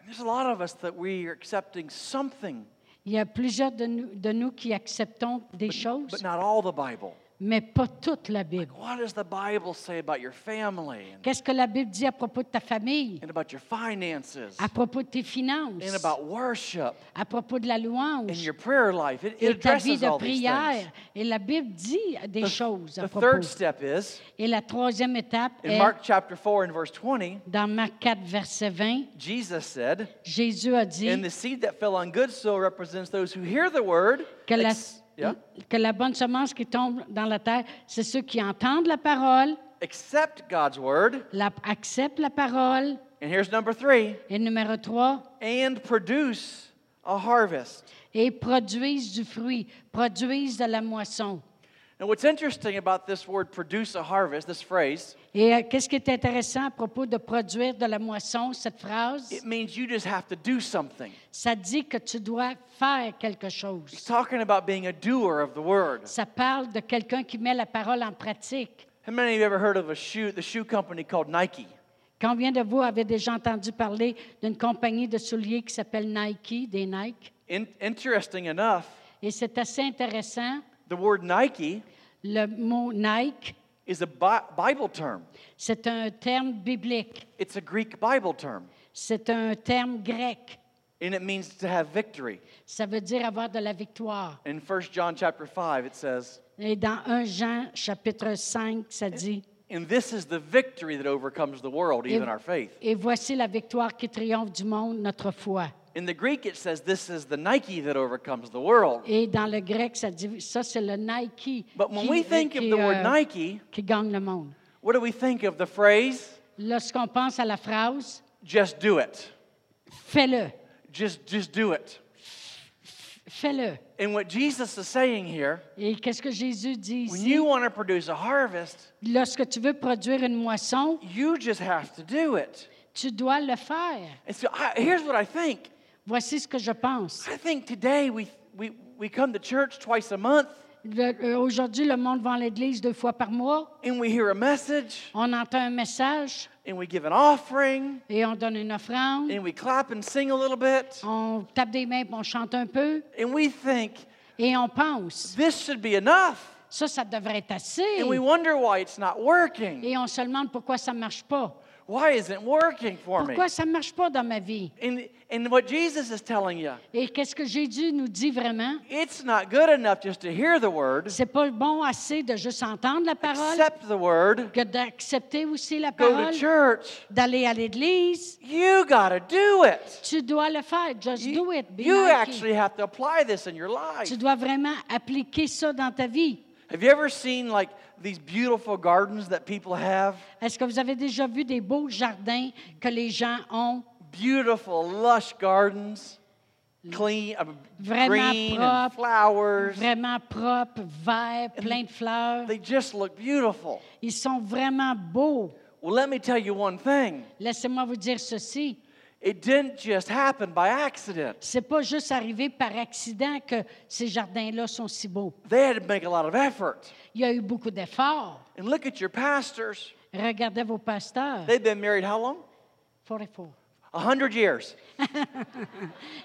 And there's a lot of us that we are accepting something,
Il y a plusieurs de nous, de nous qui acceptons des choses,
but not all the Bible.
mais pas toute la Bible.
What does the Bible say about your family and,
Qu'est-ce que la Bible dit à propos de ta famille,
and about your finances
à propos de tes
and
finances,
about worship
à propos de la
and
louange,
your prayer life? It, it
et ta vie
addresses
de
all these things.
prière? Et la Bible dit des choses à
The
propos.
third step is
Et la troisième étape
in
est,
Mark chapter 4 and verse 20,
dans Marc 4, verset 20,
Jesus said,
Jésus a dit
And the seed that fell on good soil represents those who hear the word.
que la, ¿Mm?
ex- yeah,
que la bonne semence qui tombe dans la terre, c'est ceux qui entendent la parole,
accept God's word.
la- acceptent la parole,
And here's number three
et numéro 3,
and produce a harvest.
et produisent du fruit, produisent de la moisson.
Now, what's interesting about this word produce a harvest, this phrase,
Et euh, qu'est-ce qui est intéressant à propos de produire de la moisson, cette phrase?
it means you just have to do something.
Ça dit que tu dois faire quelque
It's
chose.
talking about being a doer of the word.
Ça parle de quelqu'un qui met la parole en pratique.
How many of you ever heard of a shoe, the shoe company called Nike?
Combien de vous avez déjà entendu parler d'une compagnie de souliers qui s'appelle Nike, des Nike?
In, interesting enough,
Et c'est assez intéressant.
the word Nike
Le mot Nike,
is a Bi- Bible term.
c'est un terme biblique.
It's a Greek Bible term,
C'est un terme grec.
and it means to have victory.
Ça veut dire avoir de la victoire.
In 1 John chapter 5, it says,
Et dans 1 Jean, chapitre 5, ça dit
And this is the victory that overcomes the world, even our faith.
Et voici la victoire qui triomphe du monde, notre foi.
In the Greek, it says, This is the Nike that overcomes the world.
Et dans le grec, ça dit ça, c'est le Nike.
But when
qui-
we think of
qui,
the word
euh,
Nike,
qui gagne le monde.
what do we think of the phrase?
Lorsqu'on pense à la phrase
Just do it.
fais-le,
Just, just do it.
fais-le.
And what Jesus is saying here,
Et qu'est-ce que Jésus dit
when
ici?
you want to produce a harvest,
Lorsque tu veux produire une moisson,
you just have to do it.
tu dois le faire.
And so I, here's what I think
Voici ce que je pense.
I think today we, we, we come to church twice a month
Le- euh, Aujourd'hui, le monde va à l'église deux fois par mois.
and we hear a message
On entend un message
and we give an offering
et on donne une offrande.
and we clap and sing a little bit
On tape des mains, puis on chante un peu
and we think
et on pense.
this should be enough.
Ça, ça devrait être assez.
And we wonder why it's not working.
Et on se demande pourquoi ça ne marche pas.
Why isn't it working for me?
Pourquoi ça ne marche pas dans ma vie?
And, and what Jesus is telling you,
Et qu'est-ce que Jésus nous dit vraiment?
it's not good enough just to hear the word,
C'est pas bon assez de juste entendre la parole,
accept the word,
que d'accepter aussi la
go to
parole,
church.
d'aller à l'église.
You got to do it.
Tu dois le faire. Just do
You,
it. Be
you
Nike.
actually have to apply this in your life.
Tu dois vraiment appliquer ça dans ta vie.
Have you ever seen like these beautiful gardens that people have?
Est-ce que vous avez déjà vu des beaux jardins que les gens ont
Beautiful, lush gardens, clean, uh,
Vraiment
green, and
propre,
flowers.
vraiment propres, verts, pleins de fleurs?
They just look beautiful.
Ils sont vraiment beaux.
Well, let me tell you one thing.
Laissez-moi vous dire ceci.
It didn't just happen by accident.
C'est pas juste arrivé par accident que ces jardins-là sont si beaux.
They had to make a lot of effort.
Il y a eu beaucoup d'efforts.
And look at your pastors.
Regardez vos pasteurs.
They've been married how long?
Forty four.
A hundred years.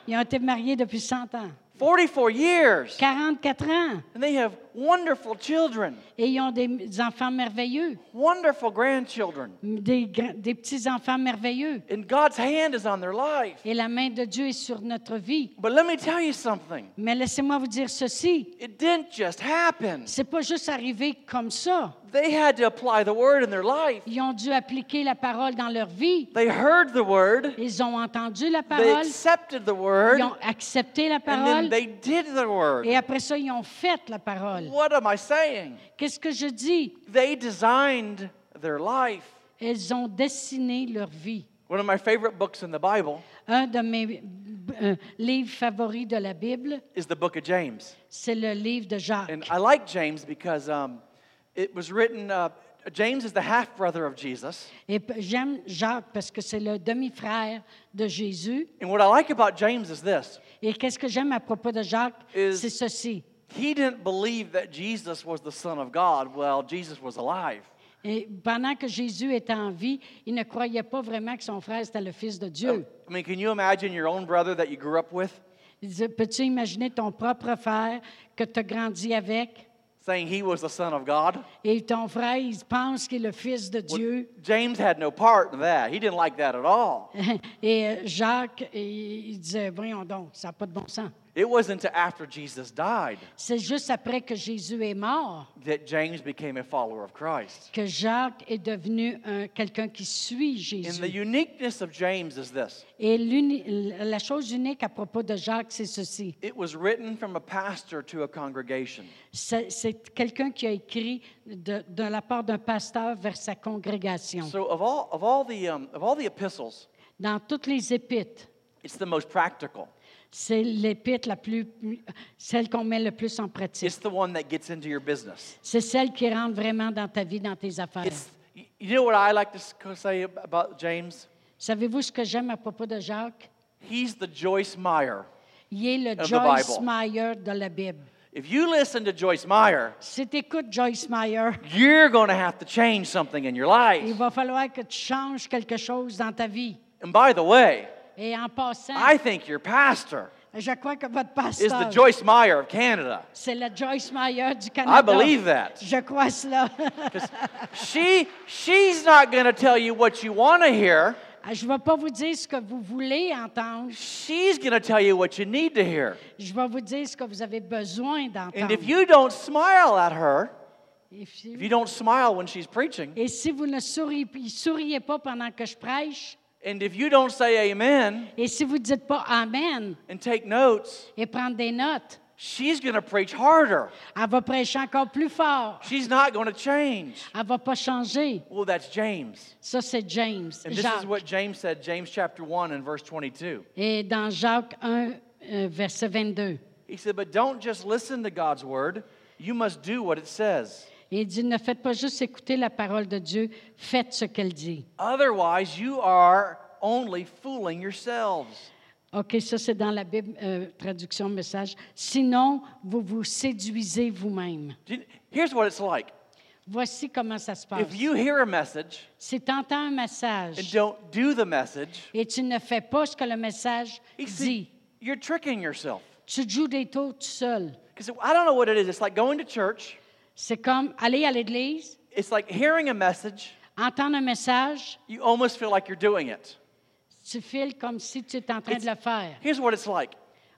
Ils ont été mariés depuis 100 ans.
Forty-four years.
44 ans.
And they have wonderful children,
Et ils ont des des enfants merveilleux.
wonderful grandchildren.
Des, gra- des petits-enfants merveilleux.
And God's hand is on their life.
Et la main de Dieu est sur notre vie.
But let me tell you something.
Mais laissez-moi vous dire ceci.
It didn't just happen.
C'est pas juste arrivé comme ça.
They had to apply the word in their life.
Ils ont dû appliquer la parole dans leur vie.
They heard the word,
Ils ont entendu la
they
parole.
accepted the word,
Ils ont accepté la
and then
parole.
they did the word.
Et après ça, ils ont fait la parole.
What am I saying?
Qu'est-ce que je dis?
They designed their life.
Elles ont dessiné leur vie.
One of my favorite books in the Bible
Un de mes euh, livre favori de la Bible,
is the book of James.
c'est le livre de Jacques.
And I like James because um, it was written, uh, James is the half brother of Jesus.
Et p- j'aime Jacques parce que c'est le demi-frère de Jésus.
And what I like about James is this
Et qu'est-ce que j'aime à propos de Jacques?
Is-
C'est ceci.
he didn't believe that Jesus was the Son of God while Jesus was alive.
Et pendant que Jésus était en vie, il ne croyait pas vraiment que son frère était le Fils de Dieu.
I mean, can you imagine your own brother that you grew up with
Il disait, peux-tu imaginer ton propre frère que tu as grandi avec
saying he was the Son of God?
et ton frère, il pense qu'il est le Fils de
Well,
Dieu?
James had no part in that. He didn't like that at all.
Et euh, Jacques, il il disait, voyons donc, ça n'a pas de bon sens.
It wasn't until after Jesus died
C'est juste après que Jésus est mort
that James became a follower of Christ.
que Jacques est devenu un- quelqu'un qui suit
And the
Jésus.
uniqueness of James is this
Et l'uni- la chose unique à propos de Jacques, c'est ceci.
it was written from a pastor to a congregation.
C'est c'est quelqu'un qui a écrit de, de la part d'un pasteur vers sa congrégation.
So, of all, of all, the, um, of all the epistles,
Dans toutes les épîtres,
it's the most practical.
c'est l'épître la plus, celle qu'on met le plus en pratique.
It's the one that gets into your business.
C'est celle qui rentre vraiment dans ta vie, dans tes affaires.
It's, y- you know what I like to s- co- say ab- about James?
Savez-vous ce que j'aime à propos de Jacques?
He's the Joyce Meyer.
Il est le
Of the
Joyce
Bible.
Meyer de la Bible.
If you listen to Joyce Meyer,
Si tu écoutes Joyce Meyer,
you're going to have to change something in your
il
life.
va falloir que tu changes quelque chose dans ta vie.
And by the way,
Et en passant,
I think your pastor
je crois que votre
is the
pasteur,
Joyce Meyer of Canada.
c'est la Joyce Meyer du Canada.
I believe that.
Je crois cela.
She, she's not going to tell you what you want to hear.
Je ne vais pas vous dire ce que vous voulez entendre.
She's going to tell you what you need to hear.
Je vais vous dire ce que vous avez besoin
And
d'entendre.
if you don't smile at her,
If you-
if you don't smile when she's preaching,
Et si vous ne souriez, souriez pas pendant que je prêche,
and if you don't say amen
et si vous ne dites pas Amen
and take notes,
et prendre des notes,
she's going to preach harder.
elle va prêcher encore plus fort.
She's not going to change.
Elle ne va pas changer.
Well, that's James.
Ça, c'est James.
And this
Jacques.
is what James said, James chapter 1 and verse 22.
Et dans Jacques 1, euh, verset 22,
He said, But don't just listen to God's word, you must do what it says.
il dit Ne faites pas juste écouter la parole de Dieu, faites ce qu'elle dit.
Otherwise, you are only fooling yourselves.
OK, ça, c'est dans la Bible, euh, traduction message. Sinon, vous vous séduisez vous-même.
Do you- Here's what it's like
Voici comment ça se passe.
if you hear a message
Si tu entends un
and
message
don't do the message,
et tu ne fais pas ce que le message
he said,
dit,
you're tricking yourself.
tu te joues des tours tout seul.
Because I don't know what it is. It's like going to church,
C'est comme aller à l'église,
it's like hearing a message,
entendre un message,
you almost feel like you're doing it.
tu files comme si tu étais en train
It's-
de le faire.
Here's what it's like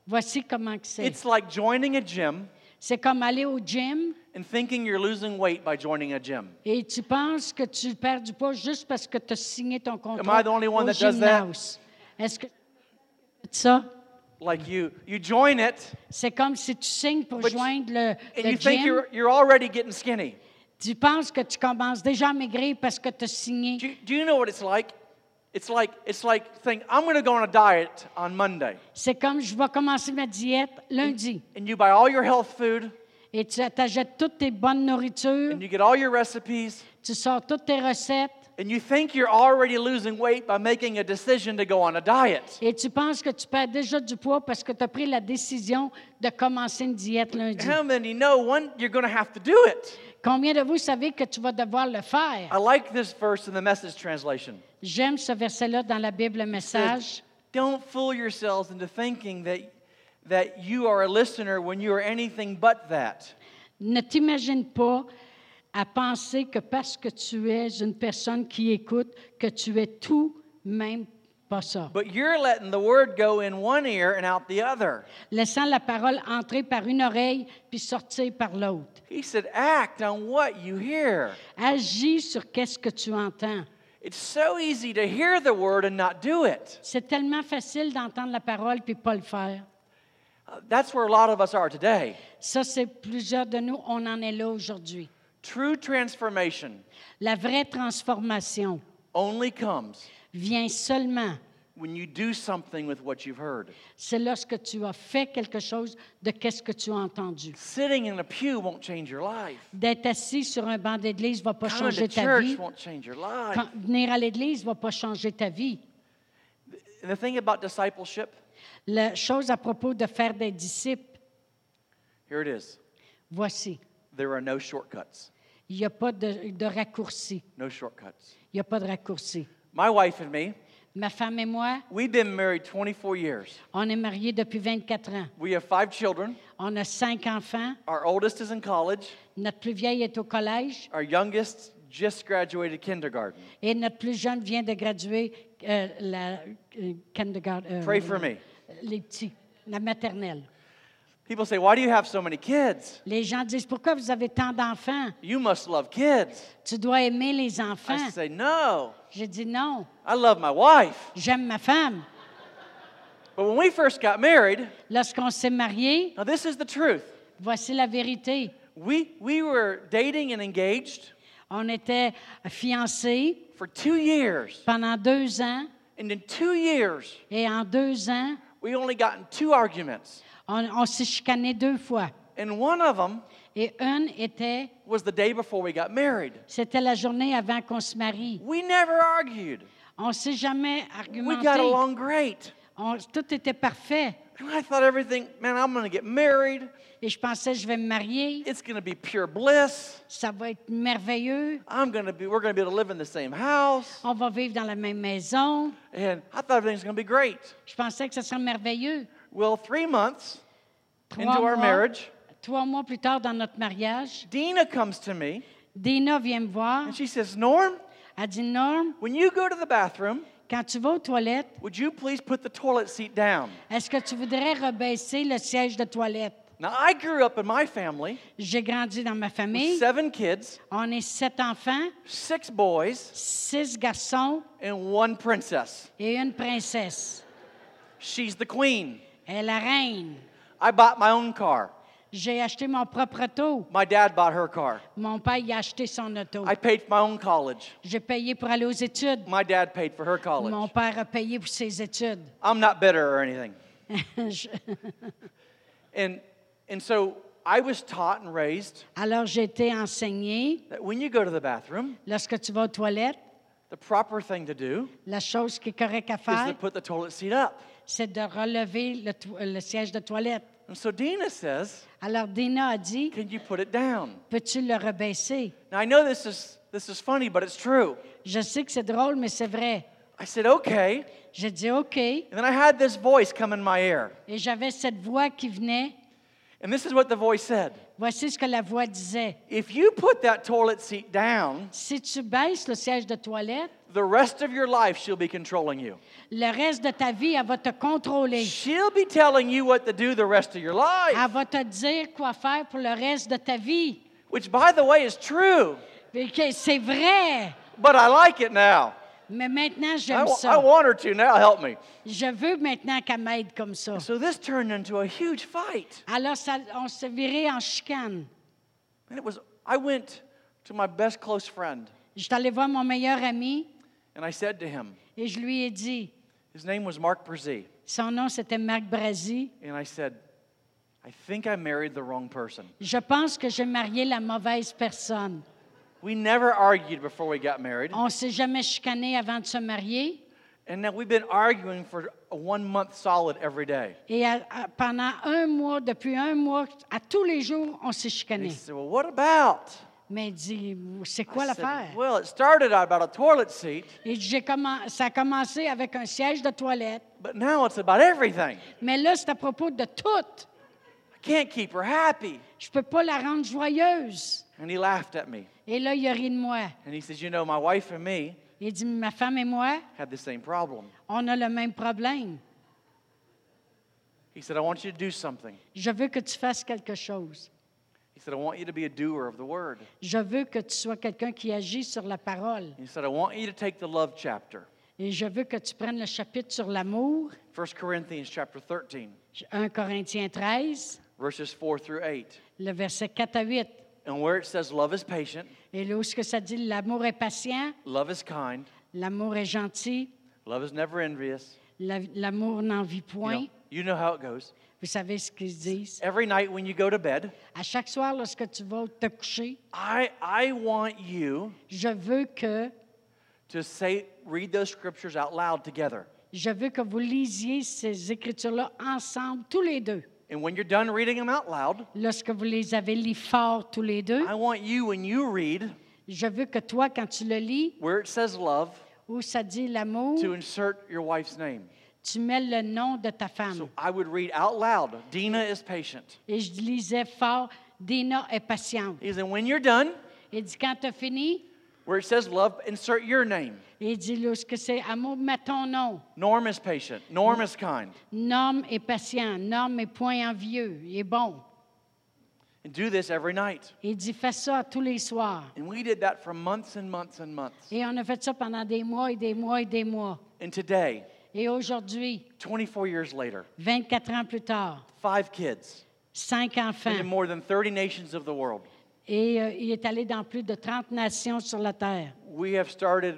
Voici comment que c'est.
it's like joining a gym
C'est comme aller au gym
and thinking you're losing weight by joining a gym.
et tu penses que tu perds du poids juste parce que tu as signé ton contrat
I the only one
au
that does that?
gymnase. Est-ce que ça?
Like you, you join it
C'est comme si tu signes pour
But-
joindre le,
and
le
you think
gym.
you're, you're already getting skinny.
Tu penses que tu commences déjà à maigrir parce que tu as signé.
Do you, do you know what it's like? It's like it's like saying I'm going to go on a diet on Monday,
C'est comme je vais commencer ma diète lundi.
and you buy all your health food,
Et tu t'achètes toutes tes bonnes nourritures,
and you get all your recipes,
tu sors toutes tes recettes,
and you think you're already losing weight by making a decision to go on a diet.
et tu penses que tu perds déjà du poids parce que tu as pris la décision de commencer une diète lundi.
How many know one? You're going to have to do it.
Combien de vous savez que tu vas devoir le faire?
I like this verse in the Message translation.
J'aime ce verset-là dans la Bible
Said,
Message.
Don't fool yourselves into thinking that that you are a listener when you are anything but that.
Ne t'imagine pas à penser que parce que tu es une personne qui écoute, que tu es tout, même pas ça.
But you're letting the word go in one ear and out the other.
laissant la parole entrer par une oreille puis sortir par l'autre.
He said, act on what you hear.
Agis sur qu'est-ce que tu entends.
It's so easy to hear the word and not do it.
C'est tellement facile d'entendre la parole puis pas le faire.
Uh, That's where a lot of us are today.
Ça, c'est plusieurs de nous, on en est là aujourd'hui.
True transformation
La vraie transformation
only comes
vient seulement
when you do something with what you've heard.
C'est lorsque tu as fait quelque chose de qu'est-ce que tu as entendu.
Sitting in a pew won't change your life.
D'être assis sur un banc d'église ne va pas
Coming to
changer ta
church
vie.
won't change your life.
Quand- venir à l'église ne va pas changer ta vie.
And the thing about discipleship,
La chose à propos de faire des disciples,
here it is.
voici.
There are no shortcuts.
Il n'y a pas de, de raccourci.
No shortcuts.
Il n'y a pas de raccourci.
My wife and me,
Ma femme et moi,
we've been married 24 years.
on est mariés depuis 24 ans.
We have five children.
On a cinq enfants.
Our oldest is in college.
Notre plus vieille est au collège
Our youngest just graduated kindergarten.
et notre plus jeune vient de graduer euh, la euh, kindergarten. euh,
Pray for me.
Les petits, la maternelle.
People say, Why do you have so many kids?
Les gens disent pourquoi vous avez tant d'enfants
You must love kids.
Tu dois aimer les enfants.
I say, No,
J'ai dit non.
I love my wife.
J'aime ma femme.
But when we first got married,
Lorsqu'on s'est mariés,
now this is the truth.
voici la vérité.
We, we were dating and engaged
On était fiancés
for two years.
pendant deux ans
And in two years,
et en deux ans,
we only got in two arguments.
on, on s'est chicanés deux fois.
And one of them
Et une était,
was the day before we got married.
c'était la journée avant qu'on se marie.
We never argued.
On s'est jamais
We
argumenté.
got along great.
On- tout était parfait.
And I thought everything, man, I'm going to get married.
Et je pensais, je vais me marier,
It's going to be pure bliss.
ça va être merveilleux.
I'm going to be, we're going to be able to live in the same house.
On va vivre dans la même maison.
And I thought everything's going to be great.
Je pensais que ce serait merveilleux.
Well, three months
Trois
into our
mois-
marriage,
Trois mois plus tard dans notre mariage,
Dina comes to me
Dina vient me voir.
and she says, Norm,
Elle dit Norm,
when you go to the bathroom,
quand tu vas aux toilettes,
would you please put the toilet seat down?
est-ce que tu voudrais rebaisser le siège de toilette?
Now, I grew up in my family
J'ai grandi dans ma
with
famille.
seven kids,
On est sept enfants,
six boys,
six garçons
and one princess.
et une princesse.
She's the queen.
Elle est la reine.
I bought my own car.
J'ai acheté mon propre auto.
My dad bought her car.
Mon père y a acheté son auto.
I paid for my own college.
J'ai payé pour aller aux études.
My dad paid for her
Mon
college.
père a payé pour ses études.
I'm not bitter or anything.
Je-
And, and so I was taught and raised
Alors, j'ai été enseignée,
that when you go to the bathroom,
lorsque tu vas aux toilettes,
the proper thing to do
la chose qui est correcte à
is to
faire,
put the toilet seat up.
c'est de relever le, to- euh, le siège de toilette.
And so Dina says,
Alors, Dina a dit,
Can you put it down?
peux-tu le rebaisser?
Now I know this is, this is funny, but it's true.
Je sais que c'est drôle, mais c'est vrai.
I said, Okay.
J'ai dit, OK. Et
And then I had this voice come in my ear.
j'avais cette voix qui venait.
And this is what the voice said
Voici ce que la voix disait.
If you put that toilet seat down,
Si tu baisses le siège de toilette,
the rest of your life she'll be controlling you.
le reste de ta vie, elle va te contrôler.
She'll be telling you what to do the rest of your life,
Elle va te dire quoi faire pour le reste de ta vie.
which, by the way, is true.
Fait que C'est vrai.
But I like it now.
Mais maintenant,
I,
j'aime
wa- I
ça.
want her to now. Help me.
Je veux maintenant qu'elle m'aide comme ça.
So this turned into a huge fight,
Alors, ça- on se virait en chicane.
and it was. I went to my best close friend,
J'étais allée voir mon meilleur ami
and I said to him,
et je lui ai dit,
his name was Mark Brzee,
son nom c'était Marc Brasi,
and I said, I think I married the wrong person.
je pense que j'ai marié la mauvaise personne.
We never argued before we got married,
On s'est jamais chicané avant de se marier
and now we've been arguing for one month solid every day.
et à- à- pendant un mois, depuis un mois, à tous les jours, on s'est
And he
chicané.
said, Well, what about?
Mais il dit, c'est
I
quoi
said,
l'affaire?
Well, it started out about a toilet seat,
Et j'ai commen- ça a commencé avec un siège de toilette.
but now it's about everything.
Mais là, c'est à propos de tout.
I can't keep her happy.
Je peux pas la rendre joyeuse.
And he laughed at me.
Et là, il a ri de moi.
And he says, You know, my wife and me
Il dit, ma femme et moi,
had the same problem.
on a le même problème.
He said, I want you to do something.
Je veux que tu fasses quelque chose.
He said, I want you to be a doer of the word.
Je veux que tu sois quelqu'un qui agit sur la parole.
He said, I want you to take the love chapter,
Et je veux que tu prennes le chapitre sur l'amour,
1 Corinthians chapter 13,
1 Corinthiens 13,
verses 4 through 8.
le verset 4 à 8.
And where it says, Love is patient,
Et là où ce que ça dit, l'amour est patient,
love is kind,
l'amour est gentil,
love is never envious,
La- L'amour n'en vit
You
point.
know, you know how it goes.
Vous savez ce qu'ils disent.
Every night when you go to bed,
À chaque soir, lorsque tu vas te coucher,
I, I want you
je veux que
to say, read those scriptures out loud together.
je veux que vous lisiez ces écritures-là ensemble, tous les deux.
And when you're done reading them out loud,
Lorsque vous les avez lis fort tous les deux,
I want you, when you read
je veux que toi, quand tu le lis,
where it says love,
où ça dit l'amour,
to insert your wife's name.
tu mets le nom de ta
So
femme.
I would read out loud, Dina is patient.
Et je lisais fort, Dina est patiente.
He said, when you're done,
Il dit, quand tu as fini,
where it says love, insert your name.
il dit, là, ce que c'est amour, mets ton nom.
Norm is patient. Norm is kind.
Norme est patient, Norme est point envieux, il est bon.
And do this every night.
Il dit, fais ça tous les soirs.
And we did that for months and months and months.
Et on a fait ça pendant des mois et des mois et des mois.
And today,
Et aujourd'hui,
24 years later,
24 ans plus tard,
five kids
cinq
in
enfants.
more than 30 nations of the world.
Et euh, il est allé dans plus de 30 nations sur la Terre.
We have started,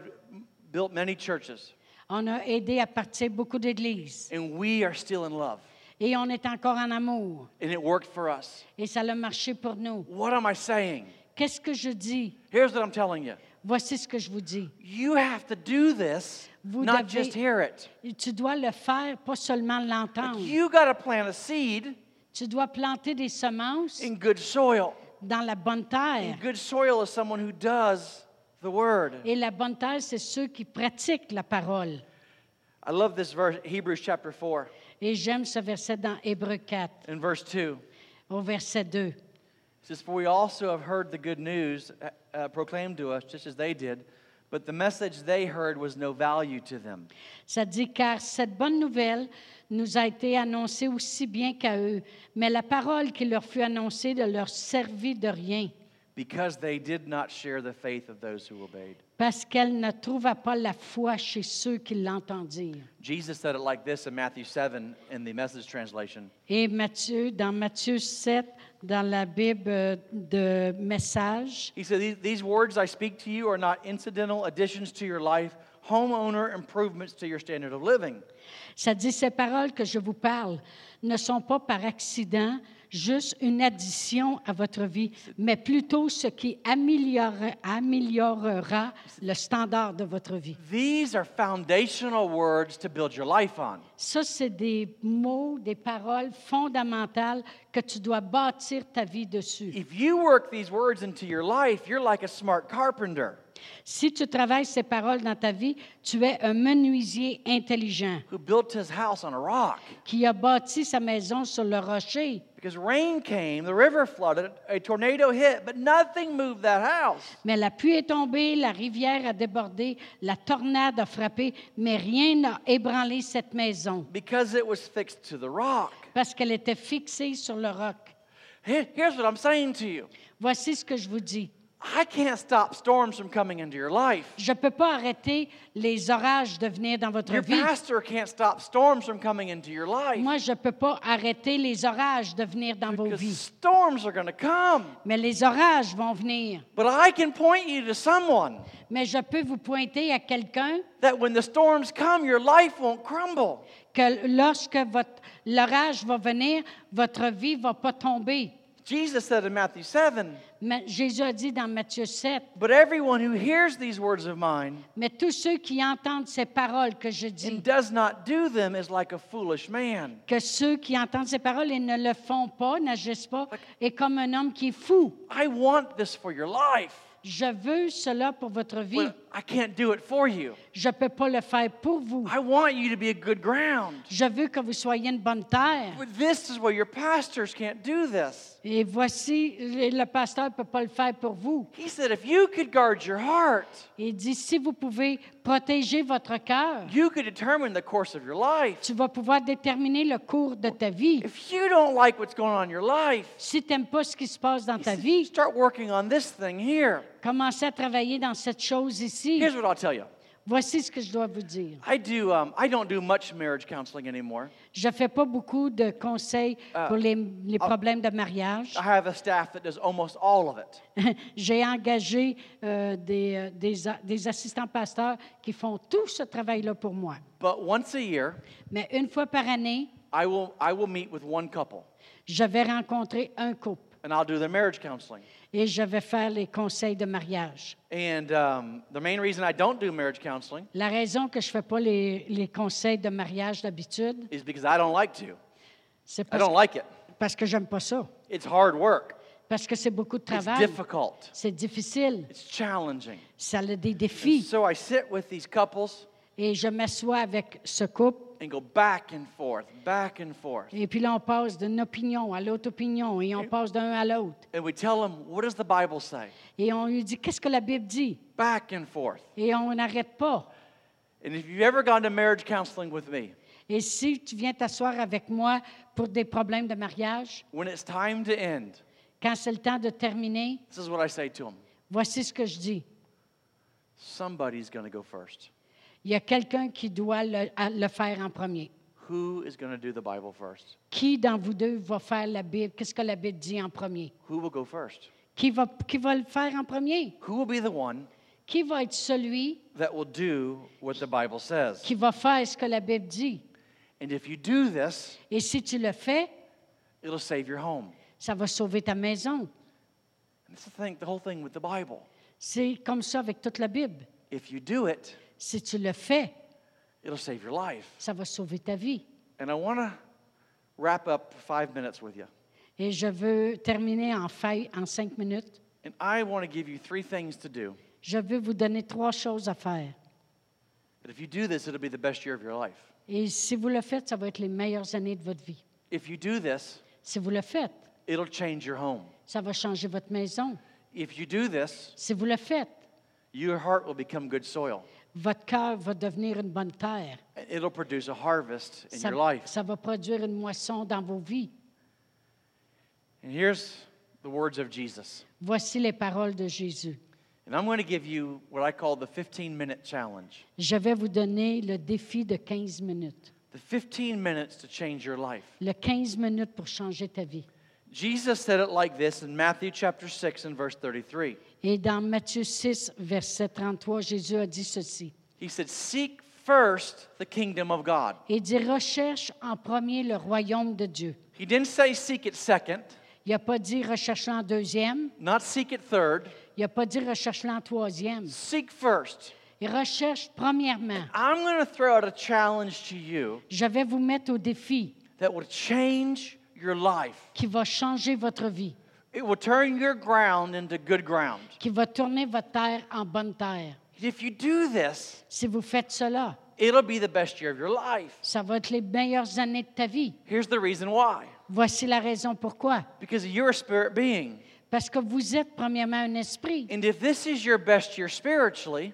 built many churches,
On a aidé à partir beaucoup d'églises.
and we are still in love.
Et on est encore en amour.
And it worked for us.
Et ça a marché pour nous.
What am I saying?
Qu'est-ce que je dis?
Here's what I'm telling you.
Voici ce que je vous dis.
You have to do this,
Vous
not
devez-
just hear it.
Et Tu dois le faire, pas seulement l'entendre.
You got to plant a seed
Tu dois planter des semences
in good soil.
dans la bonne terre.
And good soil is someone who does the word.
Et la bonne terre, c'est ceux qui pratiquent la parole.
I love this verse, Hebrews chapter 4
Et j'aime ce verset dans Hébreu 4,
and verse 2.
au verset 2.
It says, For we also have heard the good news uh, uh, proclaimed to us, just as they did, but the message they heard was no value to them.
Ça dit, car cette bonne nouvelle nous a été annoncée aussi bien qu'à eux, mais la parole qui leur fut annoncée ne leur servit de rien,
because they did not share the faith of those who obeyed.
parce qu'elle ne trouva pas la foi chez ceux qui l'entendirent.
Jesus said it like this in Matthew 7 in the message translation
Et Matthieu, dans Matthieu 7, dans la Bible euh, de Message,
He said, "These- These words I speak to you are not incidental additions to your life, homeowner improvements to your standard of living.
ça dit, ces paroles que je vous parle ne sont pas par accident juste une addition à votre vie, mais plutôt ce qui améliorera- améliorera le standard de votre vie.
These are foundational words to build your life on.
Ça, c'est des mots, des paroles fondamentales que tu dois bâtir ta vie dessus.
If you work these words into your life, you're like a smart carpenter
Si tu travailles ces paroles dans ta vie, tu es un menuisier intelligent
who built his house on a rock.
qui a bâti sa maison sur le rocher.
Because rain came, the river flooded, a tornado hit, but nothing moved that house.
Mais la pluie est tombée, la rivière a débordé, la tornade a frappé, mais rien n'a ébranlé cette maison
because it was fixed to the rock.
parce qu'elle était fixée sur le roc.
Here- here's what I'm saying to you
Voici ce que je vous dis.
I can't stop storms from coming into your life.
Je ne peux pas arrêter les orages de venir dans votre
Your
vie.
pastor can't stop storms from coming into your life
Moi, je ne peux pas arrêter les orages de venir dans vos
because
vies.
storms are going to come.
Mais les orages vont venir.
But I can point you to someone
Mais je peux vous pointer à quelqu'un
that when the storms come, your life won't crumble.
que lorsque votre- l'orage va venir, votre vie ne va pas tomber.
Jesus said in Matthew 7
Mais Jésus a dit dans Matthieu 7,
But everyone who hears these words of mine
mais tous ceux qui entendent ces paroles que je dis,
and does not do them is like a foolish man.
que ceux qui entendent ces paroles et ne le font pas, n'agissent pas, est comme un homme qui est fou.
I want this for your life,
Je veux cela pour votre vie.
but I can't do it for you.
Je ne peux pas le faire pour vous.
I want you to be a good ground.
Je veux que vous soyez une bonne terre.
But this is where your pastors can't do this.
Et voici, le pasteur ne peut pas le faire pour vous.
He said, if you could guard your heart,
Il dit, si vous pouvez protéger votre cœur,
you could determine the course of your life.
tu vas pouvoir déterminer le cours de ta vie.
If you don't like what's going on in your life,
Si tu n'aimes pas ce qui se passe dans
he
ta
said,
vie,
start working on this thing here.
commencez à travailler dans cette chose ici.
Here's what I'll tell you
Voici ce que je dois vous dire.
I do. Um, I don't do much marriage counseling anymore.
Je ne fais pas beaucoup de conseils pour les, les problèmes de mariage.
I have a staff that does almost all of it.
J'ai engagé euh, des, euh, des a- des assistants pasteurs qui font tout ce travail-là pour moi.
But once a year,
Mais une fois par année,
I will I will meet with one couple
je vais rencontrer un couple
and I'll do their marriage counseling.
et je vais faire les conseils de mariage.
And um, the main reason I don't do marriage counseling
La raison que je ne fais pas les, les conseils de mariage d'habitude,
is because I don't like to.
c'est
I
parce,
don't like it.
parce que j'aime pas ça.
It's hard work.
Parce que c'est beaucoup de
It's
travail.
difficult.
C'est difficile.
It's challenging.
Ça a des défis.
So I sit with these couples
Et je m'assois avec ce couple
and go back and forth, back and forth.
Et puis là, on passe d'une opinion à l'autre opinion et on passe d'un à l'autre.
And we tell them, what does the Bible say?
Et on lui dit, qu'est-ce que la Bible dit?
Back and forth.
Et on n'arrête pas.
And if you've ever gone to marriage counseling with me,
Et si tu viens t'asseoir avec moi pour des problèmes de mariage,
when it's time to end,
quand c'est le temps de terminer,
this is what I say to them
voici ce que je dis.
somebody's going to go first.
Il y a quelqu'un qui doit le, à- le faire en premier.
Who is going to do the Bible first?
Qui dans vous deux va faire la Bible? Qu'est-ce que la Bible dit en premier?
Who will go first?
Qui va, qui va le faire en premier?
Who will be the one
Qui va être celui
that will do what the Bible says?
qui va faire ce que la Bible dit?
And if you do this,
Et si tu le fais,
it'll save your home.
ça va sauver ta maison.
And that's the thing, the whole thing with the Bible.
C'est comme ça avec toute la Bible.
If you do it,
Si tu le fais,
it'll save your life.
ça va sauver ta vie.
And I want to wrap up five minutes with you.
Et je veux terminer en faille en cinq minutes.
And I want to give you three things to do.
Je veux vous donner trois choses à faire.
That if you do this, it'll be the best year of your life.
Et si vous le faites, ça va être les meilleures années de votre vie.
If you do this,
Si vous le faites,
it'll change your home.
ça va changer votre maison.
If you do this,
Si vous le faites,
your heart will become good soil.
votre cœur va devenir une bonne terre.
And It'll produce a harvest in
Ça,
your life.
ça va produire une moisson dans vos vies.
And here's the words of Jesus.
Voici les paroles de Jésus.
And I'm going to give you what I call the 15 minute challenge.
Je vais vous donner le défi de 15 minutes.
The 15 minutes to change your life.
Le 15 minutes pour changer ta vie.
Jesus said it like this in Matthew chapter 6 and verse 33.
Et dans Matthieu 6, verset 33, Jésus a dit ceci.
He said, Seek first the kingdom of God.
Il dit, recherche en premier le royaume de Dieu.
He didn't say seek it second,
Il n'a pas dit recherche-le en deuxième.
not seek it third.
Il n'a pas dit recherche-le en troisième.
Seek first.
Il recherche premièrement.
I'm going to throw out a challenge to you
Je vais vous mettre au défi
that will change your life.
qui va changer votre vie,
It will turn your ground into good ground.
qui va tourner votre terre en bonne terre.
If you do this,
Si vous faites cela,
it'll be the best year of your life.
ça va être les meilleures années de ta vie.
Here's the reason why
Voici la raison pourquoi.
because you're a spirit being.
Parce que vous êtes premièrement un esprit.
And if this is your best year spiritually,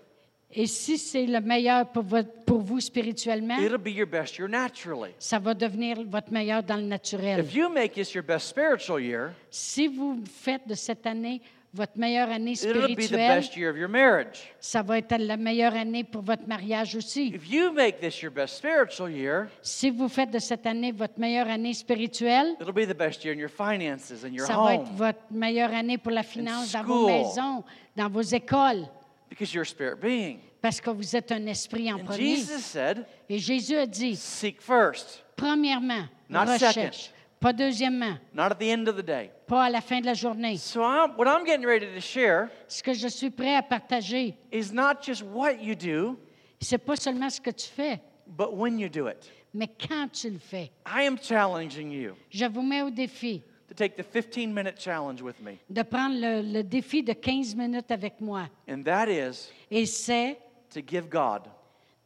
Et si c'est le meilleur pour, votre- pour vous spirituellement,
it'll be your best year naturally.
ça va devenir votre meilleur dans le naturel.
If you make this your best spiritual year,
Si vous faites de cette année votre meilleure année
it'll be the
spirituelle,
best year of your marriage.
ça va être la meilleure année pour votre mariage aussi.
If you make this your best spiritual year,
Si vous faites de cette année votre meilleure année spirituelle,
it'll be the best year in your finances and your
ça va être
home
votre meilleure année pour la finance dans vos
school.
maisons, dans vos écoles,
because you're a spirit being.
parce que vous êtes un esprit en
And
premier.
Jesus said,
Et Jésus a dit,
seek first,
premièrement,
Not
recherche.
second.
Pas deuxièmement,
not at the end of the day.
pas à la fin de la journée.
So I'm, what I'm getting ready to share
Ce que je suis prêt à partager,
is not just what you do,
c'est pas seulement ce que tu fais,
but when you do it.
mais quand tu le fais.
I am challenging you
Je vous mets au défi
to take the 15 minute challenge with me,
de prendre le, le défi de 15 minutes avec moi.
and that is
Et c'est
to give God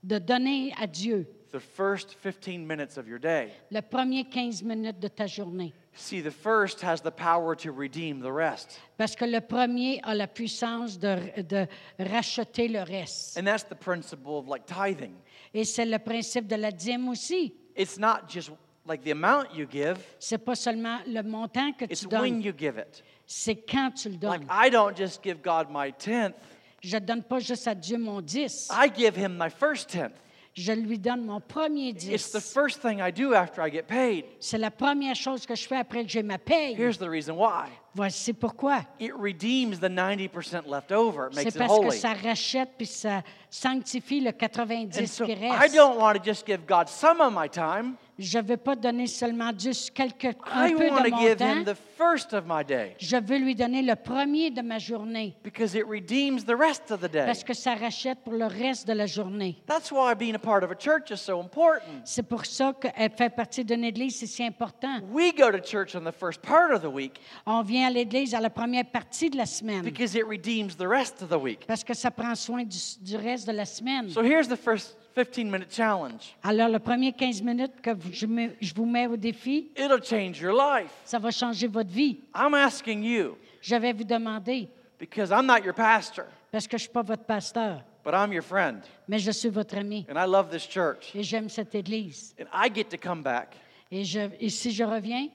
de donner à Dieu
the first 15 minutes of your day.
le premier 15 minutes de ta journée.
See, the first has the power to redeem the rest.
Parce que le premier a la puissance de, de racheter le reste.
And that's the principle of like tithing.
Et c'est le principe de la dîme aussi.
It's not just like the amount you give,
C'est pas seulement le montant que
it's
tu
when
donnes,
you give it.
c'est quand tu le
Like
donnes.
I don't just give God my tenth,
Je ne donne pas juste à Dieu mon 10.
I give him my first tenth.
Je lui donne mon premier
It's the
10.
first thing I do after I get paid.
C'est la première chose que je fais après que j'ai ma paye.
Here's the reason why
Voici pourquoi.
it redeems the 90% left over, it makes
C'est
it
parce que
holy.
ça rachète puis ça sanctifie le 90
And so
qui
I
reste.
don't want to just give God some of my time.
Je ne veux pas donner seulement Dieu quelque un
I
peu
want
de
to
mon
give him
temps.
the first of my day
Je veux lui donner le premier de ma journée
because it redeems the rest of the day.
parce que ça rachète pour le reste de la journée.
That's why being a part of a church is so important.
C'est pour ça qu'elle fait partie d'une église, c'est si important.
We go to church on the first part of the week
On vient à l'église à la première partie de la semaine
because it redeems the rest of the week.
parce que ça prend soin du, du reste de la semaine.
So here's the first 15 minute challenge
Alors, le premier 15 minutes que vous- je, me- je vous mets au défi,
it'll change your life.
ça va changer votre vie.
I'm asking you
Je vais vous demander,
because I'm not your pastor,
parce que je ne suis pas votre pasteur,
but I'm your friend
mais je suis votre ami
and I love this church.
et j'aime cette église.
And I get to come back
Et, je, et si je reviens,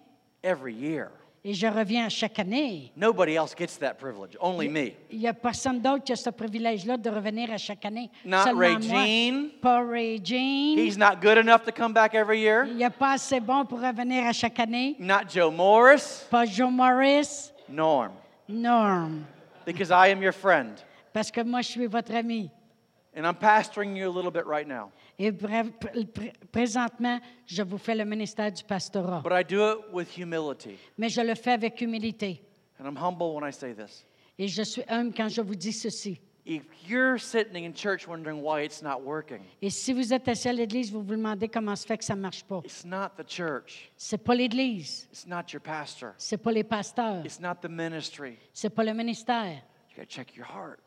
every year.
et je reviens à chaque année,
Nobody else gets that privilege, only me.
il n'y a personne d'autre qui a ce privilège-là de revenir à chaque année.
Not
Seulement
Ray
moi.
Jean.
Pas Ray Jean.
He's not good enough to come back every year.
Il n'est pas assez bon pour revenir à chaque année.
Not Joe Morris,
Pas Joe Morris,
Norm,
Norm.
because I am your friend
Parce que moi, je suis votre ami.
and I'm pastoring you a little bit right now.
Et bref, pr- pr- présentement, je vous fais le ministère du pastorat.
But I do it with humility.
Mais je le fais avec humilité.
And I'm humble when I say this.
Et je suis humble quand je vous dis ceci.
If you're sitting in church wondering why it's not working,
Et si vous êtes assis à l'Église, vous vous demandez comment se fait que ça ne marche pas.
it's not the church,
C'est pas l'Église.
it's not your pastor,
C'est pas les pasteurs.
it's not the ministry.
C'est pas le ministère.
You gotta check your heart.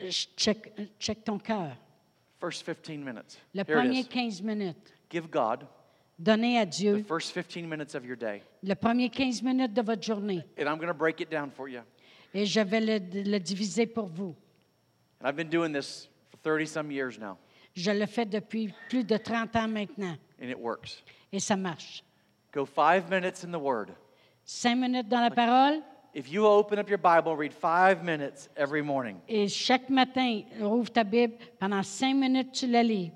Je- Check, check ton cœur.
First 15 minutes.
Le
Here it
premier
is.
15 minutes,
Give God
donnez à
the
Dieu
first 15 minutes of your day.
le premier 15 minutes de votre journée.
And I'm gonna break it down for you.
Et je vais le, le diviser pour vous.
And I've been doing this for 30 some years now,
Je le fais depuis plus de 30 ans maintenant.
and it works.
Et ça marche.
Go five minutes in the Word.
Cinq minutes dans la parole.
If you open up your Bible, read five minutes every morning,
Et chaque matin, ouvre ta Bible. Pendant cinq minutes, tu la lis.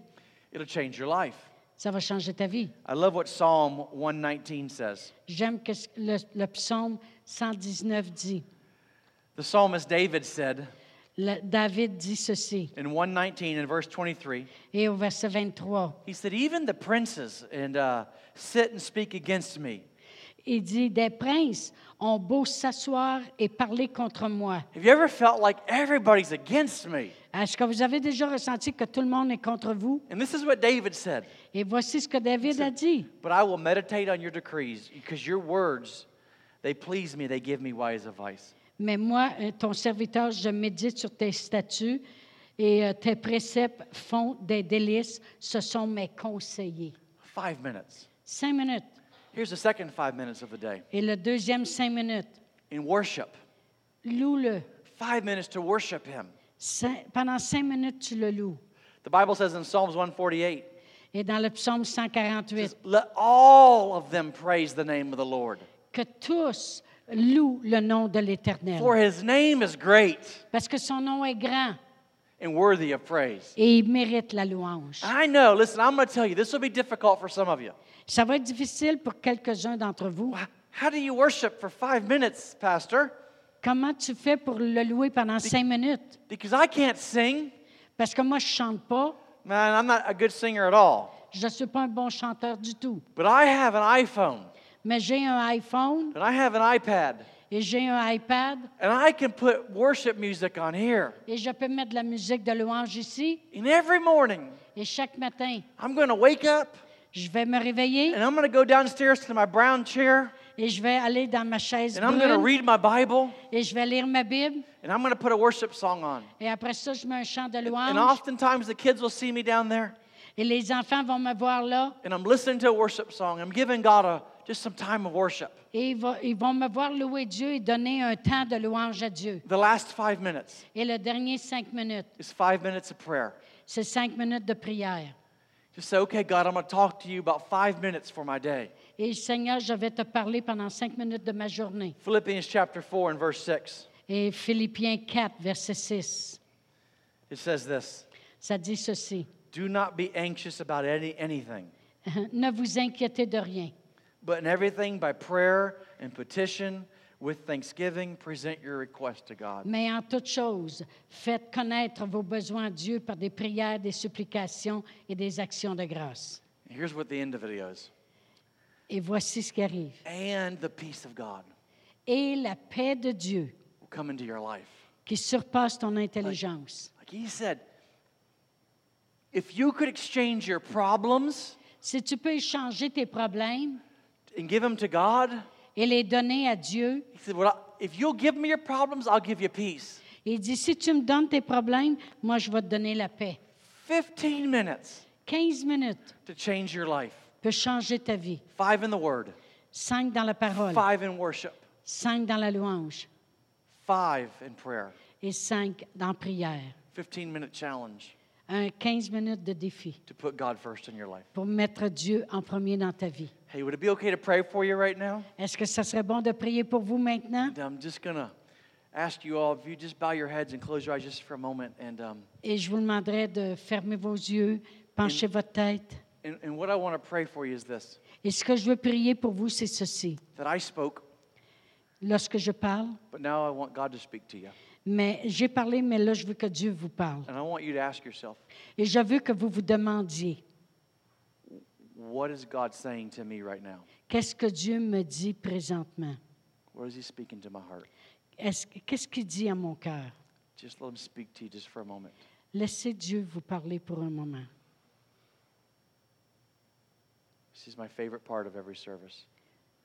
it'll change your life.
Ça va changer ta vie.
I love what Psalm 119 says.
J'aime que ce- le, le psaume 119 dit.
The psalmist David said
Le- David dit ceci.
in 119 and verse 23,
Et au verset 23,
he said, Even the princes and uh, sit and speak against me.
il dit Des princes ont beau s'asseoir et parler contre moi.
Have you ever felt like everybody's against me?
Est-ce que vous avez déjà ressenti que tout le monde est contre vous?
And this is what David said
Et voici ce que David a dit.
But I will meditate on your decrees because your words, they please me, they give me wise advice.
Mais moi, euh, ton serviteur, je médite sur tes statuts et euh, tes préceptes font des délices. Ce sont mes conseillers.
Five minutes.
Cinq minutes.
Here's the second five minutes of the day
Et le deuxième, cinq minutes.
in worship.
Loue-le.
Five minutes to worship Him.
Cin- Pendant cinq minutes, tu le loues.
The Bible says in Psalms 148,
Et dans le psaume
it says,
148,
Let all of them praise the name of the Lord.
que tous louent le nom de l'Éternel.
For his name is great
Parce que son nom est grand
and worthy of praise.
et il mérite la louange.
I know, listen, I'm going to tell you, this will be difficult for some of you.
Ça va être difficile pour quelques-uns d'entre vous.
Wh- How do you worship for five minutes, Pastor?
Comment tu fais pour le louer pendant cinq minutes?
Because I can't sing.
Parce que moi, je chante pas.
Man, I'm not a good singer at all.
Je ne suis pas un bon chanteur du tout,
But I have an iPhone
mais j'ai un iPhone
and I have an iPad
et j'ai un iPad
and I can put worship music on here.
et je peux mettre de la musique de louange ici.
And every morning,
Et chaque matin,
I'm going to wake up
je vais me réveiller
and I'm going to go downstairs to my brown chair
et je vais aller dans ma chaise
and I'm going to
brune
read my Bible
et je vais lire ma Bible.
and I'm going to put a worship song on.
Et après ça, je mets un chant de
And
louange
oftentimes the kids will see me down there
et les enfants vont me voir là
and I'm listening to a worship song. I'm giving God a, just some time of worship.
et ils, vont- ils vont me voir louer Dieu et donner un temps de louange à Dieu.
The last five minutes
Et le dernier cinq minutes,
is five minutes of prayer.
c'est cinq minutes de prière.
Just say, okay, God, I'm going to talk to you about five minutes for my day.
Et Seigneur, je vais te parler pendant cinq minutes de ma journée.
Philippians chapter 4 and verse 6.
Et Philippiens 4, verset 6.
It says this
Ça dit ceci.
Do not be anxious about any, anything,
Ne vous inquiétez de rien,
but in everything by prayer and petition with thanksgiving, present your request to God.
mais en toute chose, faites connaître vos besoins à Dieu par des prières, des supplications et des actions de grâce.
Here's what the end of it is
Et voici ce qui arrive.
and the peace of God
Et la paix de Dieu,
will come into your life.
qui surpasse ton intelligence.
Like he said, if you could exchange your problems
Si tu peux échanger tes problèmes
and give them to God,
et les donner à Dieu,
he said, well, I- if you'll give me your problems, I'll give you peace.
il dit, si tu me donnes tes problèmes, moi, je vais te donner la paix.
15 minutes
15 minutes
to change your life.
peut changer ta vie.
Five in the Word,
Cinq dans la parole,
five in worship,
cinq dans la louange
five in prayer.
et cinq dans la prière.
15 minute challenge
Un 15 minutes de défi
to put God first in your life.
pour mettre Dieu en premier dans ta vie.
Hey, would it be okay to pray for you right now?
Est-ce que ça serait bon de prier pour vous maintenant?
And I'm just going to ask you all if you just bow your heads and close your eyes just for a moment. And, um,
Et je vous demanderai de fermer vos yeux, pencher votre tête.
and, and what I want to pray for you is this
Et ce que je veux prier pour vous, c'est ceci.
that I spoke,
Lorsque je parle,
but now I want God to speak to you.
mais j'ai parlé, mais là, je veux que Dieu vous parle.
And I want you to ask yourself,
Et je veux que vous vous demandiez,
what is God saying to me right now?
qu'est-ce que Dieu me dit présentement?
What is He speaking to my heart?
Est-ce- Qu'est-ce qu'il dit à mon cœur?
Just let Him speak to you just for a moment.
Laissez Dieu vous parler pour un moment.
This is my favorite part of every service.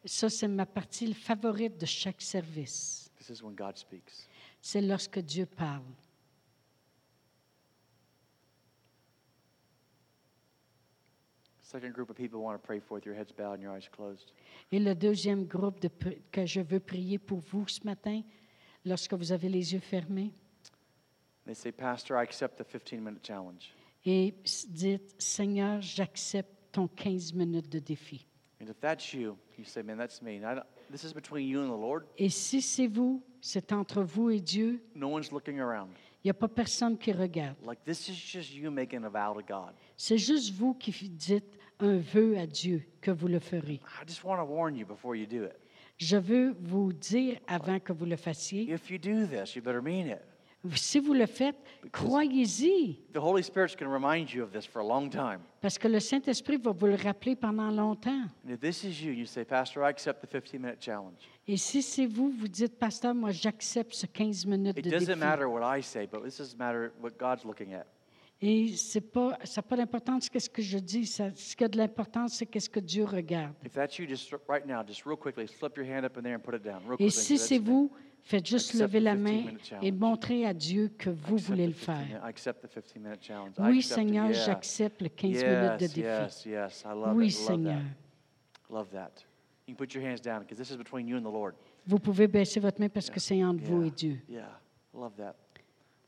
Ça, c'est ma partie favorite de chaque service.
This is when God speaks.
C'est lorsque Dieu parle.
Second group of people want to pray for with your heads bowed and your eyes closed.
Et le deuxième groupe de pri- que je veux prier pour vous ce matin, lorsque vous avez les yeux fermés,
They say, Pastor, I accept the 15 minute challenge.
et s- dites, Seigneur, j'accepte ton 15 minutes de défi.
And if that's you, you say, man, that's me. And I don't, this is between you and the Lord.
Et si c'est vous, c'est entre vous et Dieu,
No one's looking around.
il n'y a pas personne qui regarde.
Like, this is just you making a vow to God.
C'est juste vous qui f- dites un vœu à Dieu que vous le ferez.
I just want to warn you before you do it.
Je veux vous dire avant que vous le fassiez,
If you do this, you better mean it.
si vous le faites, croyez-y,
The Holy Spirit's going to remind you of this for a long time.
parce que le Saint-Esprit va vous le rappeler pendant longtemps.
And if this is you, you say, Pastor, I accept the 15 minute challenge.
Et si c'est vous, vous dites, Pasteur, moi j'accepte ce 15 minutes
It
de défi.
doesn't matter what I say, but this doesn't matter what God's looking at.
Et c'est pas, ça n'a pas d'importance qu'est-ce que je dis. Ça- ce qui a de l'importance, c'est qu'est-ce que Dieu regarde.
If that's you, just right now, just real quickly, slip your hand up in there and put it down. Real quickly.
Et si
That's
c'est
me.
vous, faites juste
Accept
lever
the
la
15
main
minute challenge.
et montrez à Dieu que vous
Accept
voulez
the
le
15
faire.
minute- I accept the 15 minute challenge. I
Oui,
accept it.
Seigneur,
Yeah.
j'accepte le 15 minutes de
Yes,
défi.
Yes, yes, I love
oui,
it. Love
Seigneur.
that. Love that. You can put your hands down because this is between you and the Lord.
Vous pouvez baisser votre main parce que c'est entre vous
Yeah,
et Dieu.
Yeah, love that.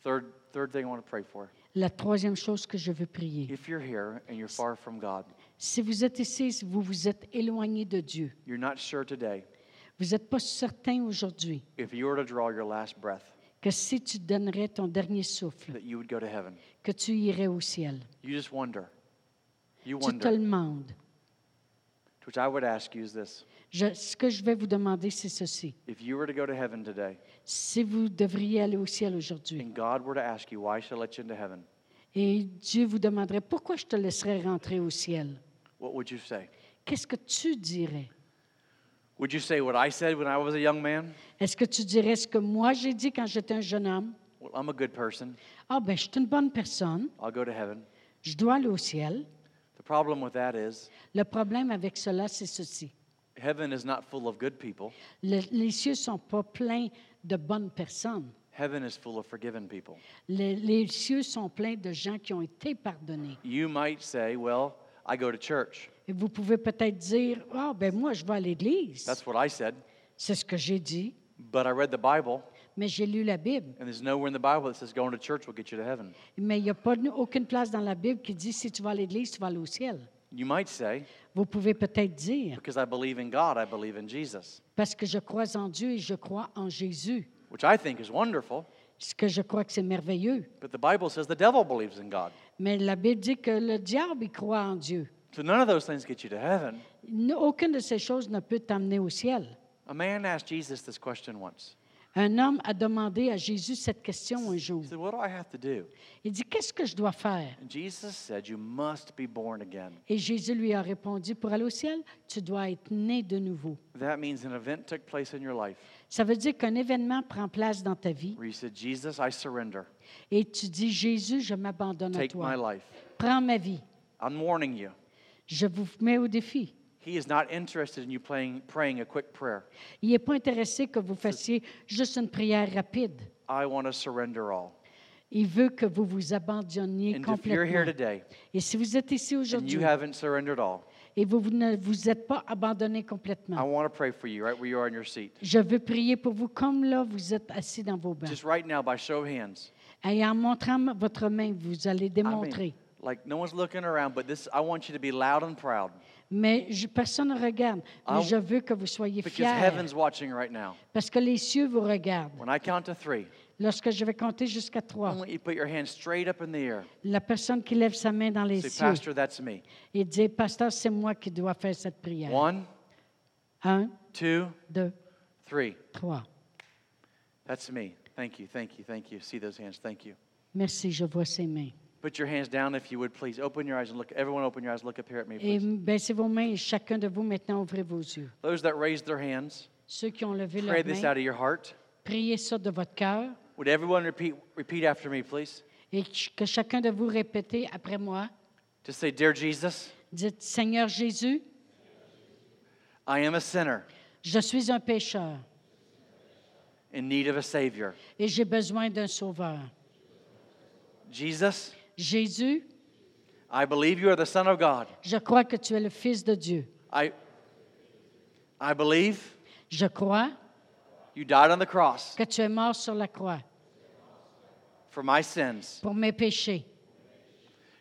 Third, third thing I want to pray for.
La troisième chose que je veux prier,
If you're here and you're far from God,
si vous êtes ici, si vous vous êtes éloigné de Dieu,
you're not sure today
vous n'êtes pas certain aujourd'hui
if you were to draw your last breath
que si tu donnerais ton dernier souffle,
that you would go to heaven.
que tu irais au ciel.
You just wonder. You
Tu te le
wonder.
demandes.
Which I would ask you is this:
Je- ce que je vais vous demander, c'est ceci.
If you were to go to heaven today,
Si vous devriez aller au ciel aujourd'hui,
and God were to ask you, "Why should I let you into heaven?"
et Dieu vous demanderait, pourquoi je te laisserais rentrer au ciel?
What would you say?
Qu'est-ce que tu dirais?
Would you say what I said when I was a young man?
Est-ce que tu dirais ce que moi j'ai dit quand j'étais un jeune homme?
Well, I'm a good person.
Ah ben, je suis une bonne personne,
I'll go to heaven.
je dois aller au ciel.
The problem with that is
Le problème avec cela, c'est ceci.
heaven is not full of good people.
Le- les cieux sont pas pleins de bonnes personnes.
Heaven is full of forgiven people.
Le- les cieux sont pleins de gens qui ont été pardonnés.
You might say, "Well, I go to church."
Et vous pouvez peut-être dire, ah ben moi, je vais à l'église.
That's what I said.
C'est ce que j'ai dit,
But I read the Bible,
mais j'ai lu la Bible.
and there's nowhere in the Bible that says going to church will get you to heaven.
Mais il n'y a pas aucune place dans la Bible qui dit si tu vas à l'église, tu vas aller au ciel.
You might say,
Vous pouvez peut-être dire,
because I believe in God, I believe in Jesus,
parce que je crois en Dieu et je crois en Jésus,
which I think is wonderful.
Ce que je crois que c'est merveilleux.
But the Bible says the devil believes in God.
Mais la Bible dit que le diable, il croit en Dieu.
So none of those things get you to heaven.
N- Aucune de ces choses ne peut t'amener au ciel.
A man asked Jesus this question once.
Un homme a demandé à Jésus cette question un jour.
He said, What do I have to do?
Il dit, qu'est-ce que je dois faire?
And Jesus said, You must be born again.
Et Jésus lui a répondu, pour aller au ciel, tu dois être né de nouveau.
That means an event took place in your life
Ça veut dire qu'un événement prend place dans ta vie
where you said, Jesus, I surrender.
et tu dis, Jésus, je m'abandonne à
Take my
toi.
life.
Prends ma vie.
I'm warning you.
Je vous mets au défi.
He is not interested in you playing, praying a quick prayer.
Il n'est pas intéressé que vous fassiez juste une prière rapide.
I want to surrender all.
Il veut que vous vous abandonniez
And if you're
complètement.
here today
Et si vous êtes ici
and you
aujourd'hui
haven't surrendered all,
et vous, vous ne vous êtes pas abandonné
I
complètement,
want to pray for you right where you are in your seat.
je veux prier pour vous comme là, vous êtes assis dans vos bancs.
Just right now, by show of hands.
Et en montrant m- votre main, vous allez
I mean,
démontrer.
like no one's looking around, but this I want you to be loud and proud
Mais je- personne ne regarde. Mais
I-
je veux que vous soyez
Ah, because
fiers.
heaven's watching right now.
Parce que les cieux vous regardent.
When I count to three,
Lorsque je vais compter jusqu'à
I
trois,
want you to put your hand straight up in the air.
la personne qui lève sa main dans les
Say,
cieux
Pastor, that's me.
et dit, Pasteur, c'est moi qui dois faire cette prière.
One,
Un,
two,
deux,
three.
trois.
That's me. Thank you, thank you, thank you. See those hands. Thank you.
Merci, je vois ses mains.
Put your hands down if you would, please. Open your eyes and look. Everyone, open your eyes. Look up here at me,
Et
please.
baissez vos mains et chacun de vous maintenant ouvrez vos yeux.
Those that raised their hands,
Ceux qui ont levé
pray
leurs
this
mains,
out of your heart.
priez ça de votre cœur
Would everyone repeat repeat after me, please?
et ch- que chacun de vous répétez après moi.
Just say, Dear Jesus,
Dites, Seigneur Jésus,
I am a sinner
je suis un pécheur
in need of a Savior.
et j'ai besoin d'un sauveur.
Jesus,
Jésus,
I believe you are the Son of God.
je crois que tu es le Fils de Dieu.
I, I believe
Je crois
you died on the cross
que tu es mort sur la croix
for my sins.
pour mes péchés.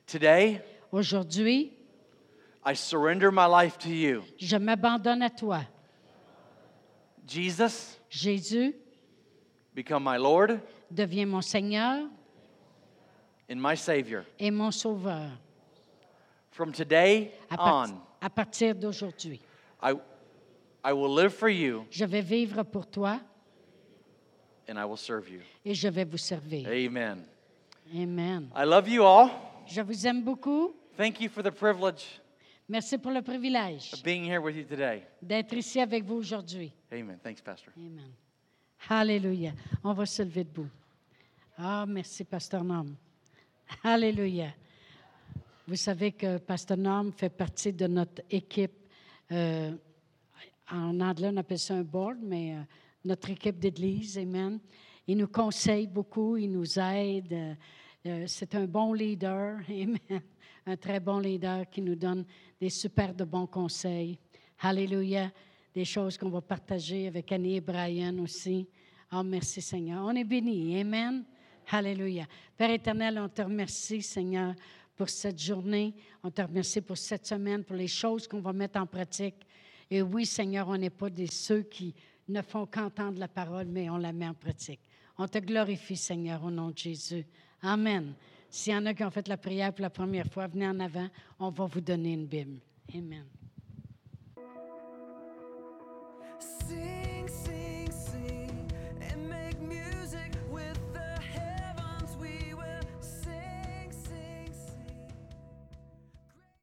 Today,
Aujourd'hui,
I surrender my life to you.
je m'abandonne à toi.
Jesus,
Jésus,
become my Lord
deviens mon Seigneur
and my Savior.
et mon Sauveur.
From today
À, parti-
on,
à partir d'aujourd'hui,
I, I will live for you
je vais vivre pour toi
and I will serve you.
et je vais vous servir.
Amen.
Amen.
I love you all.
Je vous aime beaucoup.
Thank you for the privilege
Merci pour le privilège
of being here with you today.
d'être ici avec vous aujourd'hui.
Amen. Thanks, Pastor.
Amen. Alléluia. On va se lever debout. Ah, merci, Pasteur Norm. Alléluia. Vous savez que Pasteur Norm fait partie de notre équipe. euh, en anglais, on appelle ça un board, mais euh, notre équipe d'église. Amen. Il nous conseille beaucoup, il nous aide. euh, euh, c'est un bon leader. Amen. Un très bon leader qui nous donne des super de bons conseils. Alléluia. Des choses qu'on va partager avec Annie et Brian aussi. Ah, merci Seigneur. On est bénis. Amen. Alléluia. Père éternel, on te remercie, Seigneur, pour cette journée. On te remercie pour cette semaine, pour les choses qu'on va mettre en pratique. Et oui, Seigneur, on n'est pas des ceux qui ne font qu'entendre la parole, mais on la met en pratique. On te glorifie, Seigneur, au nom de Jésus. Amen. S'il y en a qui ont fait la prière pour la première fois, venez en avant. On va vous donner une Bible. Amen.